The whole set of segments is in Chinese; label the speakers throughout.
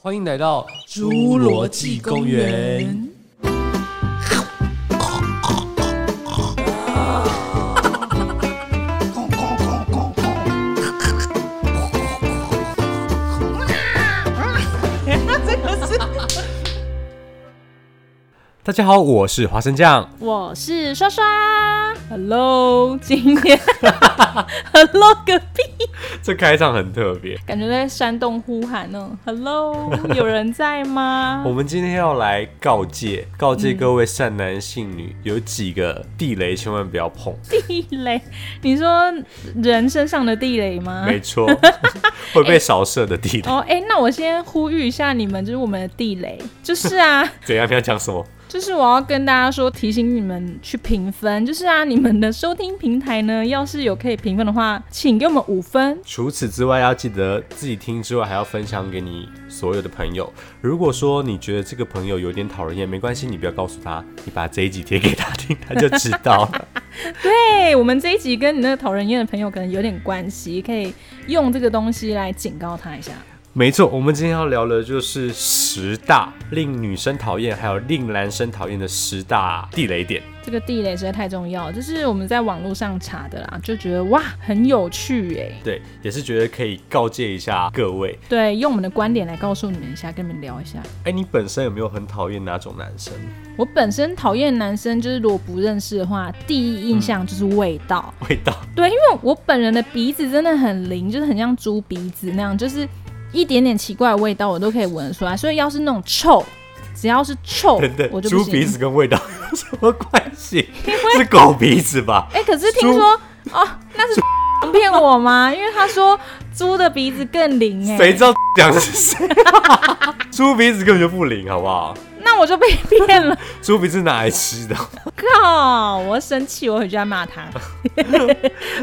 Speaker 1: 欢迎来到
Speaker 2: 侏罗纪公园。
Speaker 1: 大家好，我是花生酱。
Speaker 3: 我是刷刷，Hello，今 天 Hello 个屁，
Speaker 1: 这开场很特别，
Speaker 3: 感觉在山洞呼喊呢，Hello，有 人在吗
Speaker 1: 我？们今天要来告诫告诫各位善男信女，有几个地雷千万不要碰。
Speaker 3: 地雷，你说人身上的地雷 吗？
Speaker 1: 没错，会被扫射的地雷。
Speaker 3: 哦，哎、那我先呼吁一下你们，就是我们的地雷，就是 啊，
Speaker 1: 怎样？你要讲什么？
Speaker 3: 就是我要跟大家说，提醒你们去评分，就是啊，你们的收听平台呢，要是有可以评分的话，请给我们五分，
Speaker 1: 除此之外，要记得自己听之外，还要分享给你所有的朋友。如果说你觉得这个朋友有点讨人厌，没关系，你不要告诉他，你把这一集贴给他听，他就知道 了。
Speaker 3: 对我们这一集跟你那个讨人厌的朋友可能有点关系，可以用这个东西来警告他一下。
Speaker 1: 没错，我们今天要聊的就是十大令女生讨厌，还有令男生讨厌的十大地雷点。
Speaker 3: 这个地雷实在太重要，就是我们在网络上查的啦，就觉得哇很有趣哎。
Speaker 1: 对，也是觉得可以告诫一下各位。
Speaker 3: 对，用我们的观点来告诉你们一下，跟你们聊一下。
Speaker 1: 哎，你本身有没有很讨厌哪种男生？
Speaker 3: 我本身讨厌男生，就是如果不认识的话，第一印象就是味道。
Speaker 1: 味道？
Speaker 3: 对，因为我本人的鼻子真的很灵，就是很像猪鼻子那样，就是一点点奇怪的味道我都可以闻得出来。所以要是那种臭，只要是 臭
Speaker 1: 等等
Speaker 3: 我，就不
Speaker 1: 猪鼻
Speaker 3: 行
Speaker 1: 子。跟味道 有什么关系？ 是狗鼻子吧？
Speaker 3: 哎、可是听说哦，那是 骗我吗？因为他说猪的鼻子更灵哎、
Speaker 1: 谁知道讲的是谁、 啊？猪鼻子根本就不灵，好不好？
Speaker 3: 那我就被骗了。
Speaker 1: 猪鼻子哪来吃的？
Speaker 3: 靠！我生气，我回家骂他。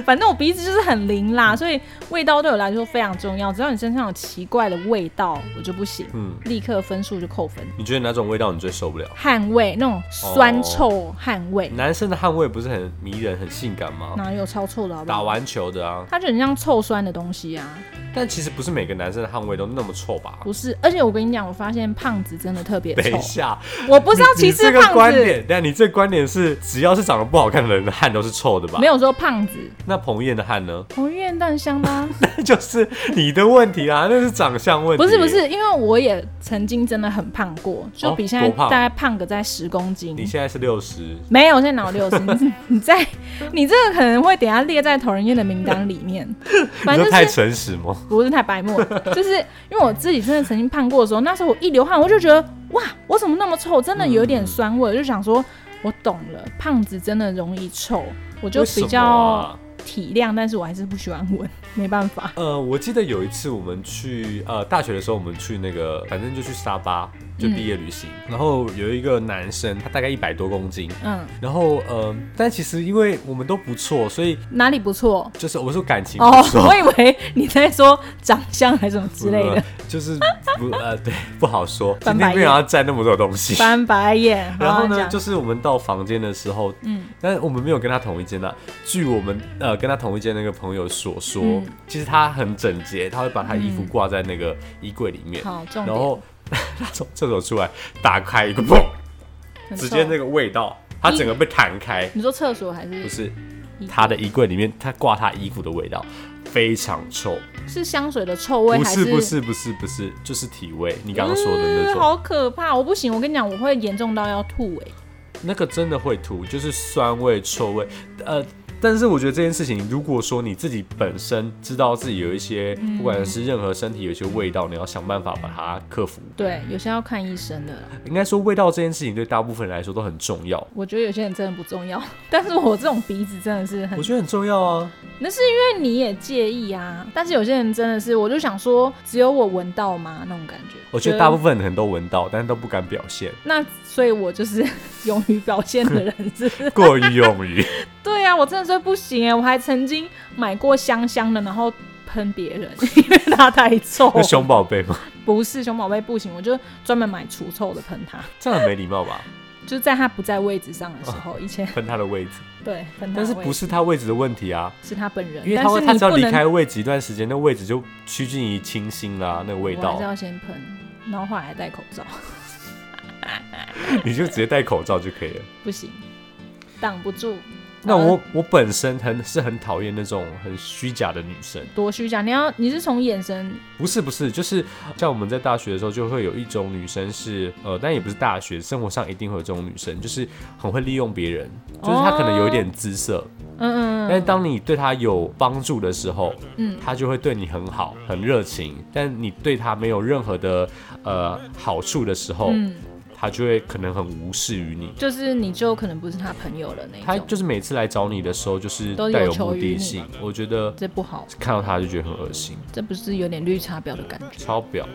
Speaker 3: 反正我鼻子就是很灵啦，所以味道对我来说非常重要。只要你身上有奇怪的味道，我就不行，
Speaker 1: 嗯
Speaker 3: 立刻分数就扣分。
Speaker 1: 你觉得哪种味道你最受不了？
Speaker 3: 汗味，那种酸
Speaker 1: 哦
Speaker 3: 臭汗味，
Speaker 1: 男生的汗味不是很迷人、很性感吗？
Speaker 3: 哪有超臭的好不
Speaker 1: 打
Speaker 3: 好？
Speaker 1: 完球的啊，
Speaker 3: 它就很像臭酸的东西啊，
Speaker 1: 但其实不是每个男生的汗味都那么臭吧？
Speaker 3: 不是。而且我跟你讲，我发现胖子真的特别
Speaker 1: 等
Speaker 3: 臭
Speaker 1: 一，下，
Speaker 3: 我不知道
Speaker 1: 你
Speaker 3: 歧视
Speaker 1: 这个
Speaker 3: 胖
Speaker 1: 观
Speaker 3: 子，
Speaker 1: 点，但你这个观点是只要是长得不好看的人的汗都是臭的吧
Speaker 3: 没？有说胖子，
Speaker 1: 那彭于晏的汗呢？
Speaker 3: 彭于晏淡香吧？
Speaker 1: 那就是你的问题啊，那是长相问题。
Speaker 3: 不是不，是，因为我也曾经真的很胖过，就比现在
Speaker 1: 哦多胖
Speaker 3: 大概胖个在十公斤。
Speaker 1: 你现在是六十，
Speaker 3: 没有，现在哪有 六十？你你在你这个可能会等一下列在讨人厌的名单里面。
Speaker 1: 你
Speaker 3: 反
Speaker 1: 说
Speaker 3: 正就
Speaker 1: 太
Speaker 3: 是
Speaker 1: 诚实吗？
Speaker 3: 不是太白目， 就是因为我自己真的曾经胖过的时候，那时候我一流汗，我就觉得哇，我怎么那么臭？真的有
Speaker 1: 嗯
Speaker 3: 点酸味，我就想说，我懂了，胖子真的容易臭，我就
Speaker 1: 为什
Speaker 3: 比
Speaker 1: 么
Speaker 3: 较
Speaker 1: 啊
Speaker 3: 体谅，但是我还是不喜欢闻，没办法。
Speaker 1: 呃，我记得有一次我们去呃大学的时候，我们去那个反正就去沙巴，就毕业旅行。然后有一个男生，他大概一百多公斤。
Speaker 3: 嗯，
Speaker 1: 然后呃，但其实因为我们都不错，所以
Speaker 3: 哪里不错？
Speaker 1: 就是我说感情
Speaker 3: 哦
Speaker 1: 不，错。
Speaker 3: 我以为你在说长相还是什么之类的，
Speaker 1: 不，就是不呃，对，不好说。今
Speaker 3: 翻白
Speaker 1: 天
Speaker 3: 眼
Speaker 1: 没有要占那么多东西。
Speaker 3: 翻白眼。
Speaker 1: 然后
Speaker 3: 好
Speaker 1: 呢，
Speaker 3: 讲
Speaker 1: 就是我们到房间的时候，嗯，但我们没有跟他同一间啦。据我们呃跟他同一间那个朋友所说，
Speaker 3: 嗯
Speaker 1: 其实他很整洁，他会把他衣服挂在那个衣柜里面，
Speaker 3: 好重
Speaker 1: 然
Speaker 3: 点，嗯
Speaker 1: 后 他从厕所出来，打开一个砰，
Speaker 3: 很
Speaker 1: 直
Speaker 3: 臭
Speaker 1: 接那个味道，他整个被弹开，
Speaker 3: 你说厕所还
Speaker 1: 不
Speaker 3: 是
Speaker 1: 是
Speaker 3: 衣服
Speaker 1: 他的衣柜里面，他挂他衣服的味道。非常臭，
Speaker 3: 是香水的臭味
Speaker 1: 不
Speaker 3: 还
Speaker 1: 是不是不是不是，就是体味，你刚刚说的那
Speaker 3: 嗯，
Speaker 1: 种，
Speaker 3: 好可怕！我不行，我跟你讲，我会严重到要吐哎、
Speaker 1: 那个真的会吐，就是酸味、臭味，呃。但是我觉得这件事情，如果说你自己本身知道自己有一些，
Speaker 3: 嗯
Speaker 1: 不管是任何身体有一些味道，你要想办法把它克服。
Speaker 3: 对，有些要看医生的啦。
Speaker 1: 应该说，味道这件事情对大部分人来说都很重要，
Speaker 3: 我觉得有些人真的不重要， 但是我这种鼻子真的是很
Speaker 1: 我，觉得很重要啊。
Speaker 3: 那是因为你也介意啊。但是有些人真的是，我就想说，只有我闻到吗？那种感觉。
Speaker 1: 我觉得大部分人都闻到，但是都不敢表现，
Speaker 3: 那所以，我就是 勇于表现的人，是不是？
Speaker 1: 过于勇于。
Speaker 3: 对啊，我真的是不行哎、我还曾经买过香香的，然后喷别人， 因为它太臭。
Speaker 1: 那熊宝贝吗？
Speaker 3: 不是熊宝贝不行，我就专门买除臭的喷它。
Speaker 1: 这样很没礼貌吧？
Speaker 3: 就是在他不在位置上的时候，以前
Speaker 1: 分他的位 置，
Speaker 3: 对，分
Speaker 1: 哦
Speaker 3: 他
Speaker 1: 但是
Speaker 3: 位
Speaker 1: 不是他位置的问题啊？
Speaker 3: 是他本人，
Speaker 1: 因为他
Speaker 3: 但
Speaker 1: 会
Speaker 3: 是
Speaker 1: 他
Speaker 3: 你
Speaker 1: 只要
Speaker 3: 不
Speaker 1: 离
Speaker 3: 能
Speaker 1: 开位置一段时间，那位置就趋近于清新啦、那个味
Speaker 3: 我还
Speaker 1: 道
Speaker 3: 是。要先喷。然后后来还戴口罩，
Speaker 1: 你就直接戴口罩就可以了。
Speaker 3: 不行，挡不住。
Speaker 1: 那
Speaker 3: 好了
Speaker 1: 我我本身很是很讨厌那种很虚假的女生，
Speaker 3: 多虚假，你要你是从眼神
Speaker 1: 不是不是，就是像我们在大学的时候，就会有一种女生是呃，但也不是大学，生活上一定会有这种女生，就是很会利用别人，就是她可能有一点姿色，
Speaker 3: 嗯嗯
Speaker 1: 但是当你对她有帮助的时候，
Speaker 3: 嗯
Speaker 1: 她就会对你很好，很热情，但你对她没有任何的呃好处的时候，
Speaker 3: 嗯，
Speaker 1: 她就会可能很无视于你。
Speaker 3: 就是你就可能不是他朋友了那
Speaker 1: 她
Speaker 3: 种，
Speaker 1: 就是每次来找你的时候，就是
Speaker 3: 都有
Speaker 1: 带有
Speaker 3: 求
Speaker 1: 目
Speaker 3: 于
Speaker 1: 的
Speaker 3: 你
Speaker 1: 性，我觉得
Speaker 3: 这不好，
Speaker 1: 看到她就觉得很恶心。
Speaker 3: 这不是有点绿茶婊的感觉？
Speaker 1: 超 表。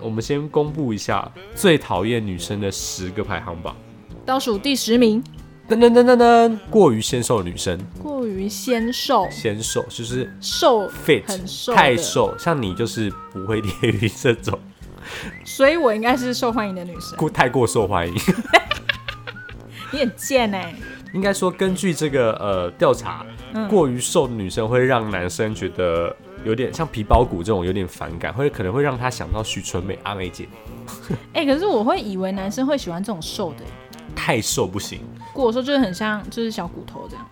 Speaker 1: 我们先公布一下最讨厌女生的十个排行榜。
Speaker 3: 倒数第十名，
Speaker 1: 噔噔噔噔噔，过于纤瘦的女生，
Speaker 3: 过于纤瘦，
Speaker 1: 纤瘦就是
Speaker 3: 瘦
Speaker 1: fit，
Speaker 3: 很瘦，
Speaker 1: 太，瘦，像你就是不会列于这种
Speaker 3: 所以我应该是受欢迎的女生。
Speaker 1: 过太过受欢迎。
Speaker 3: 你很贱哎、
Speaker 1: 应该说，根据这个呃调查，
Speaker 3: 嗯
Speaker 1: 过于瘦的女生会让男生觉得有点像皮包骨这种有点反感，会可能会让他想到徐纯美、阿美姐，
Speaker 3: 哎、可是我会以为男生会喜欢这种瘦的、欸
Speaker 1: 太瘦不行，
Speaker 3: 过瘦就是很像就是小骨头这样，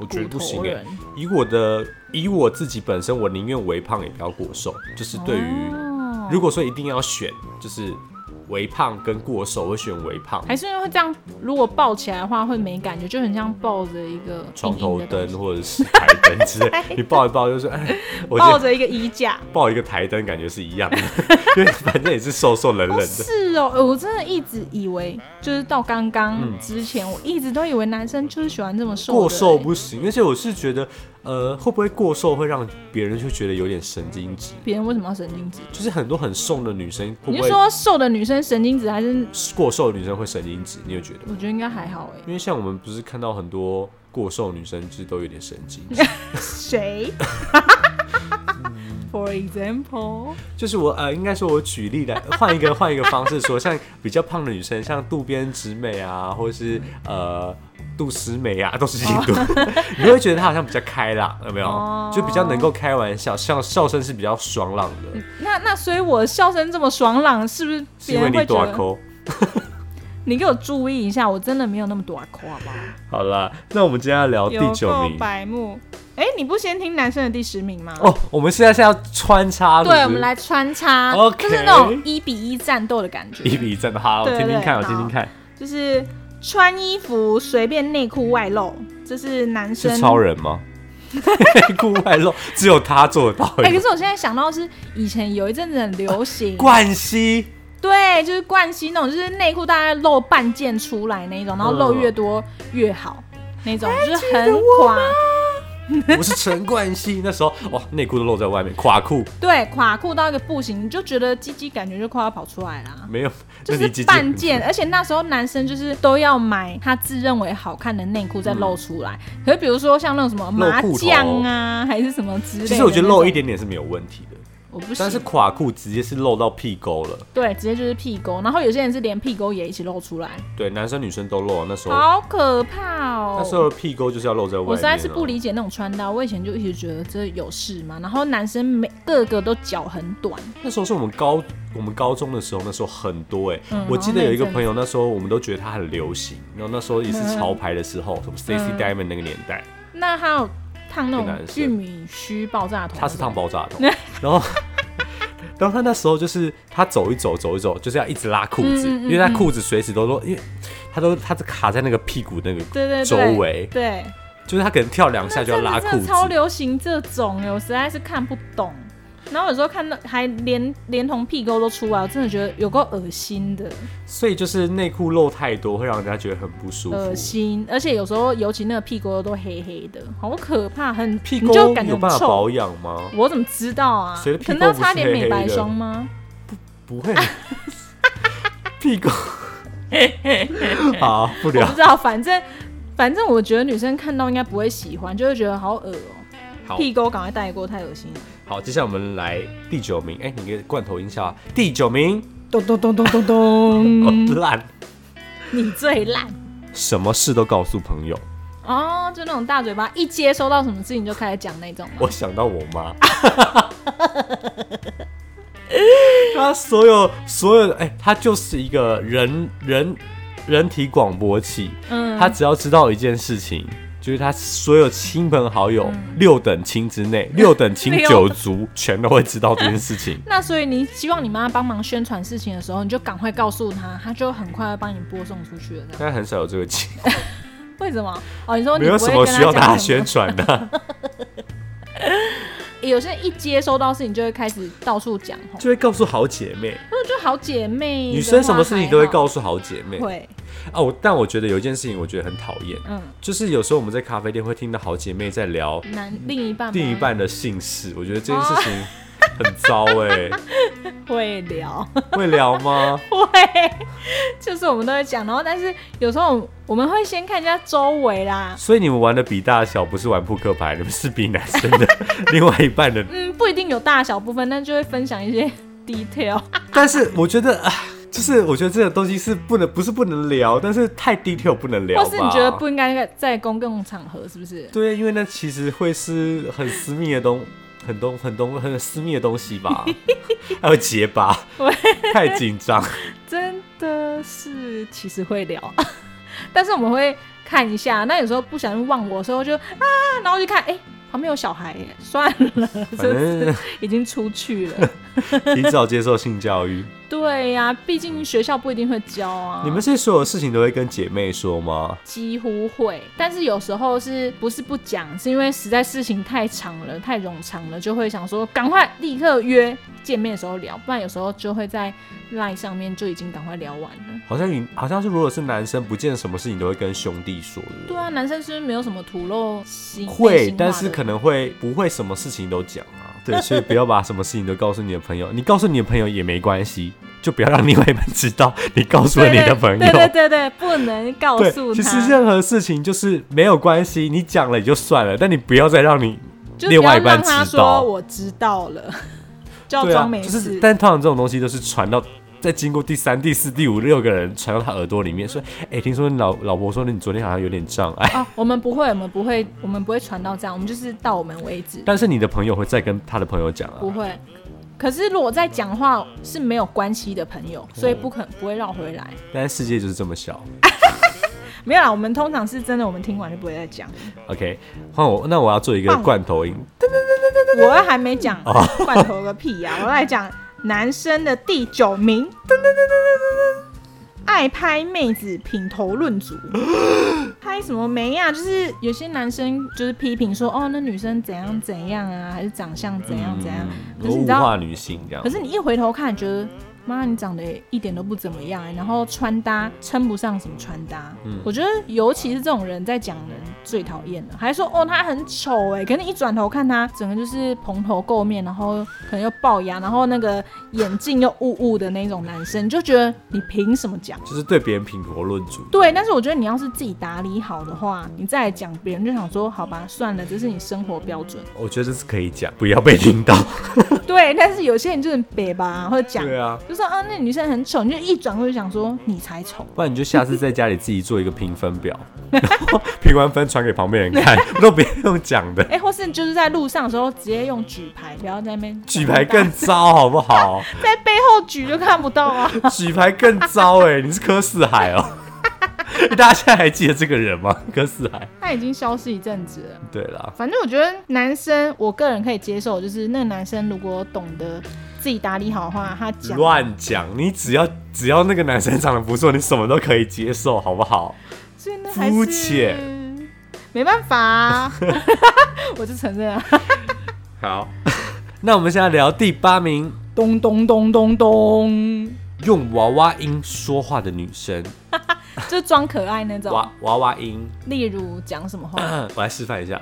Speaker 1: 我觉得不
Speaker 3: 骨
Speaker 1: 行
Speaker 3: 头
Speaker 1: 哎、
Speaker 3: 人。
Speaker 1: 以我的以我自己本身，我宁愿微胖也不要过瘦。就是对于、
Speaker 3: 哦
Speaker 1: 如果说一定要选，就是微胖跟过瘦，我会选微胖。
Speaker 3: 还是因为这样，如果抱起来的话会没感觉，就很像抱着一个
Speaker 1: 床
Speaker 3: 硬硬
Speaker 1: 头
Speaker 3: 的东
Speaker 1: 灯
Speaker 3: 西
Speaker 1: 或者是台灯之类， 你抱一抱就是，哎，我觉
Speaker 3: 抱
Speaker 1: 得
Speaker 3: 着一个衣架。
Speaker 1: 抱一个台灯感觉是一样的，因为反正也是瘦瘦冷 冷
Speaker 3: 哦，
Speaker 1: 的。
Speaker 3: 是哦，呃我真的一直以为，就是到刚刚之前，我一直都以为男生就是喜欢这么瘦
Speaker 1: 嗯
Speaker 3: 的、欸
Speaker 1: 过瘦不行，而且我是觉得，呃，会不会过瘦会让别人就觉得有点神经质？
Speaker 3: 别人为什么要神经质？
Speaker 1: 就是很多很瘦的女生会
Speaker 3: 你
Speaker 1: 不会
Speaker 3: 是说瘦的女生神经质，还是
Speaker 1: 过瘦的女生会神经质？你有觉得吗？
Speaker 3: 我觉得应该还好哎、
Speaker 1: 因为像我们不是看到很多过瘦女生，就是都有点神经，
Speaker 3: 谁 ？For example，
Speaker 1: 就是我呃，应该说我举例来换一个换一个方式说，像比较胖的女生，像渡边直美啊，或是呃杜诗美啊，都是印度， 你会觉得她好像比较开朗，有没有
Speaker 3: 哦？
Speaker 1: 就比较能够开玩笑，笑笑声是比较爽朗的，
Speaker 3: 那那所以我笑声这么爽朗，是不是
Speaker 1: 是
Speaker 3: 别
Speaker 1: 因为
Speaker 3: 人
Speaker 1: 你啊
Speaker 3: 会觉
Speaker 1: 短
Speaker 3: 得？
Speaker 1: 抠。
Speaker 3: 你给我注意一下，我真的没有那么短扣，好不好？
Speaker 1: 好啦，那我们今天要聊第
Speaker 3: 有
Speaker 1: 九
Speaker 3: 够
Speaker 1: 名
Speaker 3: 白目。哎、你不先听男生的第十名吗？
Speaker 1: 哦，我们现在是要穿插，
Speaker 3: 对，我们来穿插
Speaker 1: 哦 OK
Speaker 3: 就是那种一比一战斗的感觉，
Speaker 1: 一比一真的好，我
Speaker 3: 对
Speaker 1: 听听
Speaker 3: 对
Speaker 1: 看，我
Speaker 3: 好
Speaker 1: 听听看，
Speaker 3: 就是穿衣服随便内裤外露，这是男生
Speaker 1: 是超。人吗？ 内裤外露，只有他做得到。
Speaker 3: 哎、可是我现在想到的是以前有一阵子很流行，
Speaker 1: 冠希，
Speaker 3: 对，就是冠希那种，就是内裤大概露半件出来那种，然后露越多越好那种，
Speaker 1: 哎
Speaker 3: 就是很垮，
Speaker 1: 我是陈冠希。 那时候哇，内裤都露在外面，垮裤
Speaker 3: 对，垮裤到一个不行，你就觉得鸡鸡感觉就快要跑出来啦。
Speaker 1: 没有，
Speaker 3: 就
Speaker 1: 那
Speaker 3: 是
Speaker 1: 你嗯姐姐
Speaker 3: 半件，而且那时候男生就是都要买他自认为好看的内裤再露出来。
Speaker 1: 嗯
Speaker 3: 可是比如说像那种什么麻将啊，还是什么之类的，
Speaker 1: 其实我觉得露一，点点是没有问题的，
Speaker 3: 我不
Speaker 1: 但是
Speaker 3: 行。
Speaker 1: 垮裤直接是露到屁沟了。
Speaker 3: 对，直接就是屁股，然后有些人是连屁股也一起露出来，
Speaker 1: 对，男生女生都露。那时候
Speaker 3: 好可怕哦！
Speaker 1: 那时候的屁沟就是要露在外面啊。
Speaker 3: 我实在是不理解那种穿搭，我以前就一直觉得这有事吗？然后男生每个个都脚很短，
Speaker 1: 那时候是我们高我们高中的时候，那时候很多哎、
Speaker 3: 嗯
Speaker 1: 我记得有一个朋友，那时候我们都觉得他很流行，然后那时候也是
Speaker 3: 嗯
Speaker 1: 潮牌的时候，什么 Stacy Diamond 那个年代，
Speaker 3: 那还有烫
Speaker 1: 这
Speaker 3: 那种
Speaker 1: 男生
Speaker 3: 玉米须爆炸头，
Speaker 1: 他是烫爆炸头，然后。 然后他那时候就是他走一走走一走，就是要一直拉裤子，
Speaker 3: 嗯嗯
Speaker 1: 因
Speaker 3: 嗯
Speaker 1: 为他裤子随时都落，因为他都他是卡在那个屁股那个，
Speaker 3: 对对对，
Speaker 1: 周围
Speaker 3: 对，
Speaker 1: 就是他可能跳两下就要拉
Speaker 3: 那
Speaker 1: 裤
Speaker 3: 阵子真的超
Speaker 1: 子。
Speaker 3: 流行这种的，我实在是看不懂。然后有时候看到还连连同屁沟都出来，我真的觉得有够恶心的，
Speaker 1: 所以就是内裤露太多会让人家觉得很不舒
Speaker 3: 恶
Speaker 1: 服。
Speaker 3: 心。而且有时候尤其那个屁股都黑黑的，好可怕，很
Speaker 1: 屁
Speaker 3: 你就
Speaker 1: 股
Speaker 3: 感觉
Speaker 1: 有
Speaker 3: 很
Speaker 1: 办法
Speaker 3: 臭
Speaker 1: 保。养吗？
Speaker 3: 我怎么知道啊？
Speaker 1: 谁的屁
Speaker 3: 可
Speaker 1: 股
Speaker 3: 能要
Speaker 1: 不是
Speaker 3: 擦点
Speaker 1: 黑黑
Speaker 3: 美白
Speaker 1: 的
Speaker 3: 霜吗？
Speaker 1: 不会， 屁 股。好，不
Speaker 3: 我
Speaker 1: 聊
Speaker 3: 不。知道，反正反正我觉得女生看到应该不会喜欢，就会觉得好恶哦、
Speaker 1: 好
Speaker 3: 屁沟赶快带过，太恶心了。
Speaker 1: 好，接下来我们来第九名。哎、你给罐头音效啊！第九名，
Speaker 3: 咚咚咚咚咚咚，
Speaker 1: 好烂，
Speaker 3: 你最烂。
Speaker 1: 什么事都告诉朋友。
Speaker 3: 哦，就那种大嘴巴，一接收到什么事情就开始讲那种吗？
Speaker 1: 我想到我妈，他所有所有的，哎、他就是一个人人人体广播器，
Speaker 3: 嗯，
Speaker 1: 他只要知道一件事情，就是他所有亲朋好友、六等亲之内，六等亲
Speaker 3: 嗯六。
Speaker 1: 九族全都会知道这件事情
Speaker 3: 那所以你希望你妈帮忙宣传事情的时候，你就赶快告诉她，她就很快会帮你播送出去了。这
Speaker 1: 现
Speaker 3: 样
Speaker 1: 在很少有这个情况，
Speaker 3: 为什么？哦，你说哦你
Speaker 1: 没有
Speaker 3: 不
Speaker 1: 什
Speaker 3: 会
Speaker 1: 么
Speaker 3: 跟
Speaker 1: 需要大
Speaker 3: 讲
Speaker 1: 家
Speaker 3: 什么
Speaker 1: 宣传的、
Speaker 3: 欸有些人一接收到事情就会开始到处讲，吼
Speaker 1: 就会告诉好姐妹。
Speaker 3: 那就好姐妹，
Speaker 1: 女生什么事情都会告诉好姐妹
Speaker 3: 会，
Speaker 1: 啊！我但我觉得有一件事情，我觉得很讨厌，
Speaker 3: 嗯，
Speaker 1: 就是有时候我们在咖啡店会听到好姐妹在聊
Speaker 3: 男另一半吗
Speaker 1: 另一半的姓氏，我觉得这件事
Speaker 3: 哦
Speaker 1: 情很糟 哎、
Speaker 3: 会聊，
Speaker 1: 会聊吗？
Speaker 3: 会，就是我们都会讲，然后但是有时候我们会先看一下周围啦，
Speaker 1: 所以你们玩的比大小不是玩扑克牌，你们是比男生 的另外一半的。
Speaker 3: 嗯，不一定有大小部分，但就会分享一些 detail。
Speaker 1: 但是我觉得啊，就是我觉得这个东西是不能，不是不能聊，但是太 detail 不能聊
Speaker 3: 或
Speaker 1: 吧。
Speaker 3: 是你觉得不应该在公共场合，是不是？
Speaker 1: 对，因为那其实会是很私密的东，很东很东很私密的东西 吧，还有结巴，太紧张。
Speaker 3: 真的是其实会聊， 但是我们会看一下。那有时候不小心忘我的时候就啊，然后就看哎、旁边有小孩耶，算了，
Speaker 1: 反
Speaker 3: 这
Speaker 1: 正
Speaker 3: 已经出去了。
Speaker 1: 提早接受性教育，
Speaker 3: 对呀、毕竟学校不一定会教啊。
Speaker 1: 你们是所有事情都会跟姐妹说吗？
Speaker 3: 几乎会，但是有时候是不是不讲，是因为实在事情太长了，太冗长了，就会想说赶快立刻约见面的时候聊，不然有时候就会在 line 上面就已经赶快聊完了。
Speaker 1: 好像你好像是，如果是男生，不见什么事情都会跟兄弟说的。
Speaker 3: 对啊，男生是不是没有什么吐露心？内
Speaker 1: 会
Speaker 3: 心，话
Speaker 1: 但
Speaker 3: 的
Speaker 1: 是可能会不会什么事情都讲啊？对，所以不要把什么事情都告诉你的朋友，你告诉你的朋友也没关系，就不要让另外一半知道你告诉了你的朋友。
Speaker 3: 对对对对对，不能告
Speaker 1: 对
Speaker 3: 诉
Speaker 1: 其
Speaker 3: 他，
Speaker 1: 实任何事情就是没有关系，你讲了也就算了，但你不要再让你
Speaker 3: 就不
Speaker 1: 另
Speaker 3: 要
Speaker 1: 外一半
Speaker 3: 让他
Speaker 1: 知
Speaker 3: 说
Speaker 1: 道。
Speaker 3: 我知道了，就要
Speaker 1: 对啊
Speaker 3: 装，没
Speaker 1: 就
Speaker 3: 事。
Speaker 1: 是，但通常这种东西都是传到。再经过第三、第四、第五、六个人传到他耳朵里面，说：“哎、听说你老老婆说你昨天好像有点障碍。
Speaker 3: 哦，我们不会，我们不会，我们不会传到这样，我们就是到我们为止”，
Speaker 1: 但是你的朋友会再跟他的朋友讲啊
Speaker 3: 不。会。可是如果在讲话是没有关系的朋友，所以不可不会绕回来。
Speaker 1: 但是世界就是这么小，
Speaker 3: 没有啦，我们通常是真的，我们听完就不会再讲。
Speaker 1: OK，换我，那我要做一个
Speaker 3: 换我
Speaker 1: 罐头音。
Speaker 3: 我还没讲，罐头个屁啊呀、我来讲男生的第九名，噔噔噔噔噔噔噔，爱拍妹子品头论足，拍什么没呀、就是有些男生就是批评说，哦，那女生怎样怎样啊，还是长相怎样怎样。
Speaker 1: 嗯
Speaker 3: 可
Speaker 1: 我
Speaker 3: 是你
Speaker 1: 物
Speaker 3: 知道
Speaker 1: 化女性这样
Speaker 3: 可。是你一回头看，觉得妈，你长得也一点都不怎么样、欸，然后穿搭称不上什么穿搭。我觉得尤其是这种人在讲人最讨厌了，还说哦他很丑哎、欸，可是你一转头看他，整个就是蓬头垢面，然后可能又龅牙，然后那个眼镜又雾雾的那种男生，你就觉得你凭什么讲？
Speaker 1: 就是对别人品头论足，
Speaker 3: 对，但是我觉得你要是自己打理好的话，你再来讲别人就想说，好吧，算了，这是你生活标准。
Speaker 1: 我觉得这是可以讲，不要被听到。
Speaker 3: 对，但是有些人就是很北吧，或者讲
Speaker 1: 对啊，
Speaker 3: 就说啊，那女生很丑，你就一转过去想说你才丑，
Speaker 1: 不然你就下次在家里自己做一个评分表， 然后评完分传给旁边人 看，都别用讲的，
Speaker 3: 哎、或是就是在路上的时候直接用举牌，不要在那边
Speaker 1: 举牌更糟好不好？
Speaker 3: 在背后举就看不到啊。
Speaker 1: 举牌更糟哎、你是柯四海哦。大家现在还记得这个人吗？柯四海。
Speaker 3: 他已经消失一阵子了。
Speaker 1: 对啦，
Speaker 3: 反正我觉得男生，我个人可以接受，就是那个男生如果懂得自己打理好的话，他讲
Speaker 1: 乱讲，你只要只要那个男生长得不错，你什么都可以接受，好不好？
Speaker 3: 真的还是
Speaker 1: 肤浅，
Speaker 3: 没办 法、啊，我就承认啊。
Speaker 1: 好， 那我们现在聊第八名，
Speaker 3: 咚咚咚咚咚，
Speaker 1: 用娃娃音说话的女生，
Speaker 3: 就是装可爱那种。
Speaker 1: 娃娃娃音。
Speaker 3: 例如讲什么 话？
Speaker 1: 我来示范一下，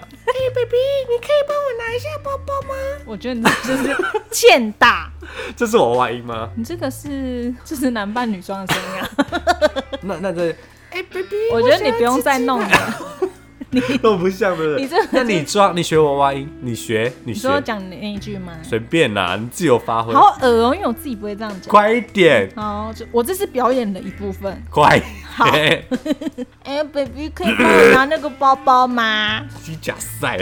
Speaker 3: 我觉得你这就是欠打。
Speaker 1: 这是娃娃音 吗？
Speaker 3: 你这个是这是男扮女装的声 音啊！
Speaker 1: 那那这
Speaker 3: 哎我觉得你不用再弄了。
Speaker 1: 都不像对不对？
Speaker 3: 你这
Speaker 1: 那你装，你学娃娃音，你学，你
Speaker 3: 你说
Speaker 1: 学，
Speaker 3: 讲你那一句吗？
Speaker 1: 随便啦，你自由发挥，
Speaker 3: 好恶哦、因为我自己不会这样讲。
Speaker 1: 快一点，
Speaker 3: 好，就我这是表演的一部分。
Speaker 1: 快！
Speaker 3: 好 哎、b a b y 可以帮我拿那个包包吗？
Speaker 1: 虚假赛，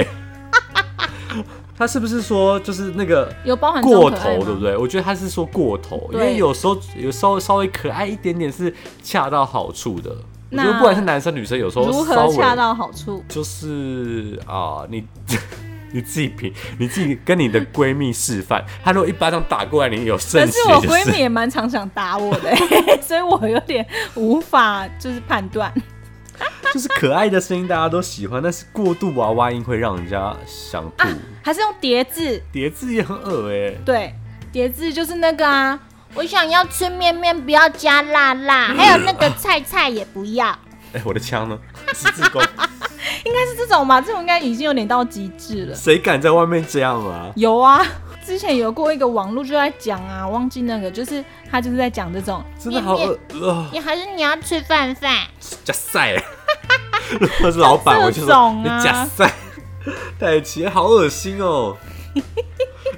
Speaker 1: 他是不是说就是那个
Speaker 3: 有包含这种
Speaker 1: 过
Speaker 3: 可爱
Speaker 1: 头，
Speaker 3: 吗
Speaker 1: 对不？对？我觉得他是说过头，因
Speaker 3: 对
Speaker 1: 为有时候有时候稍微可爱一点点是恰到好处的。我觉得
Speaker 3: 那
Speaker 1: 不管是男生女生，有时候
Speaker 3: 如
Speaker 1: 稍
Speaker 3: 何
Speaker 1: 微
Speaker 3: 恰到好处？
Speaker 1: 就是啊，你 你自己品，你自己跟你的闺蜜示范。她如果一巴掌打过来，你有
Speaker 3: 可
Speaker 1: 胜
Speaker 3: 是
Speaker 1: 血、
Speaker 3: 我
Speaker 1: 就
Speaker 3: 闺蜜也蛮常想打我的、欸 所以我有点无法就是判断。
Speaker 1: 就是可爱的声音，大家都喜欢，但是过度娃娃音会让人家想 吐。
Speaker 3: 还是用叠字，
Speaker 1: 叠字也很恶哎、
Speaker 3: 对，叠字就是那个啊，嗯我想要吃面面，不要加辣辣，还有那个菜菜也不要，
Speaker 1: 哎、我的枪呢？十字弓，
Speaker 3: 应该是这种吧？这种应该已经有点到极致了。
Speaker 1: 谁敢在外面这样啊？
Speaker 3: 有啊，之前有过一个网络就在讲啊，忘记那个，就是他就是在讲这种，
Speaker 1: 真的好
Speaker 3: 面面
Speaker 1: 恶啊！
Speaker 3: 你还是你要吃饭饭，
Speaker 1: 加塞， 如果是老板，我就
Speaker 3: 这
Speaker 1: 说
Speaker 3: 种
Speaker 1: 你
Speaker 3: 啊
Speaker 1: 加 塞，戴奇好恶心 哦。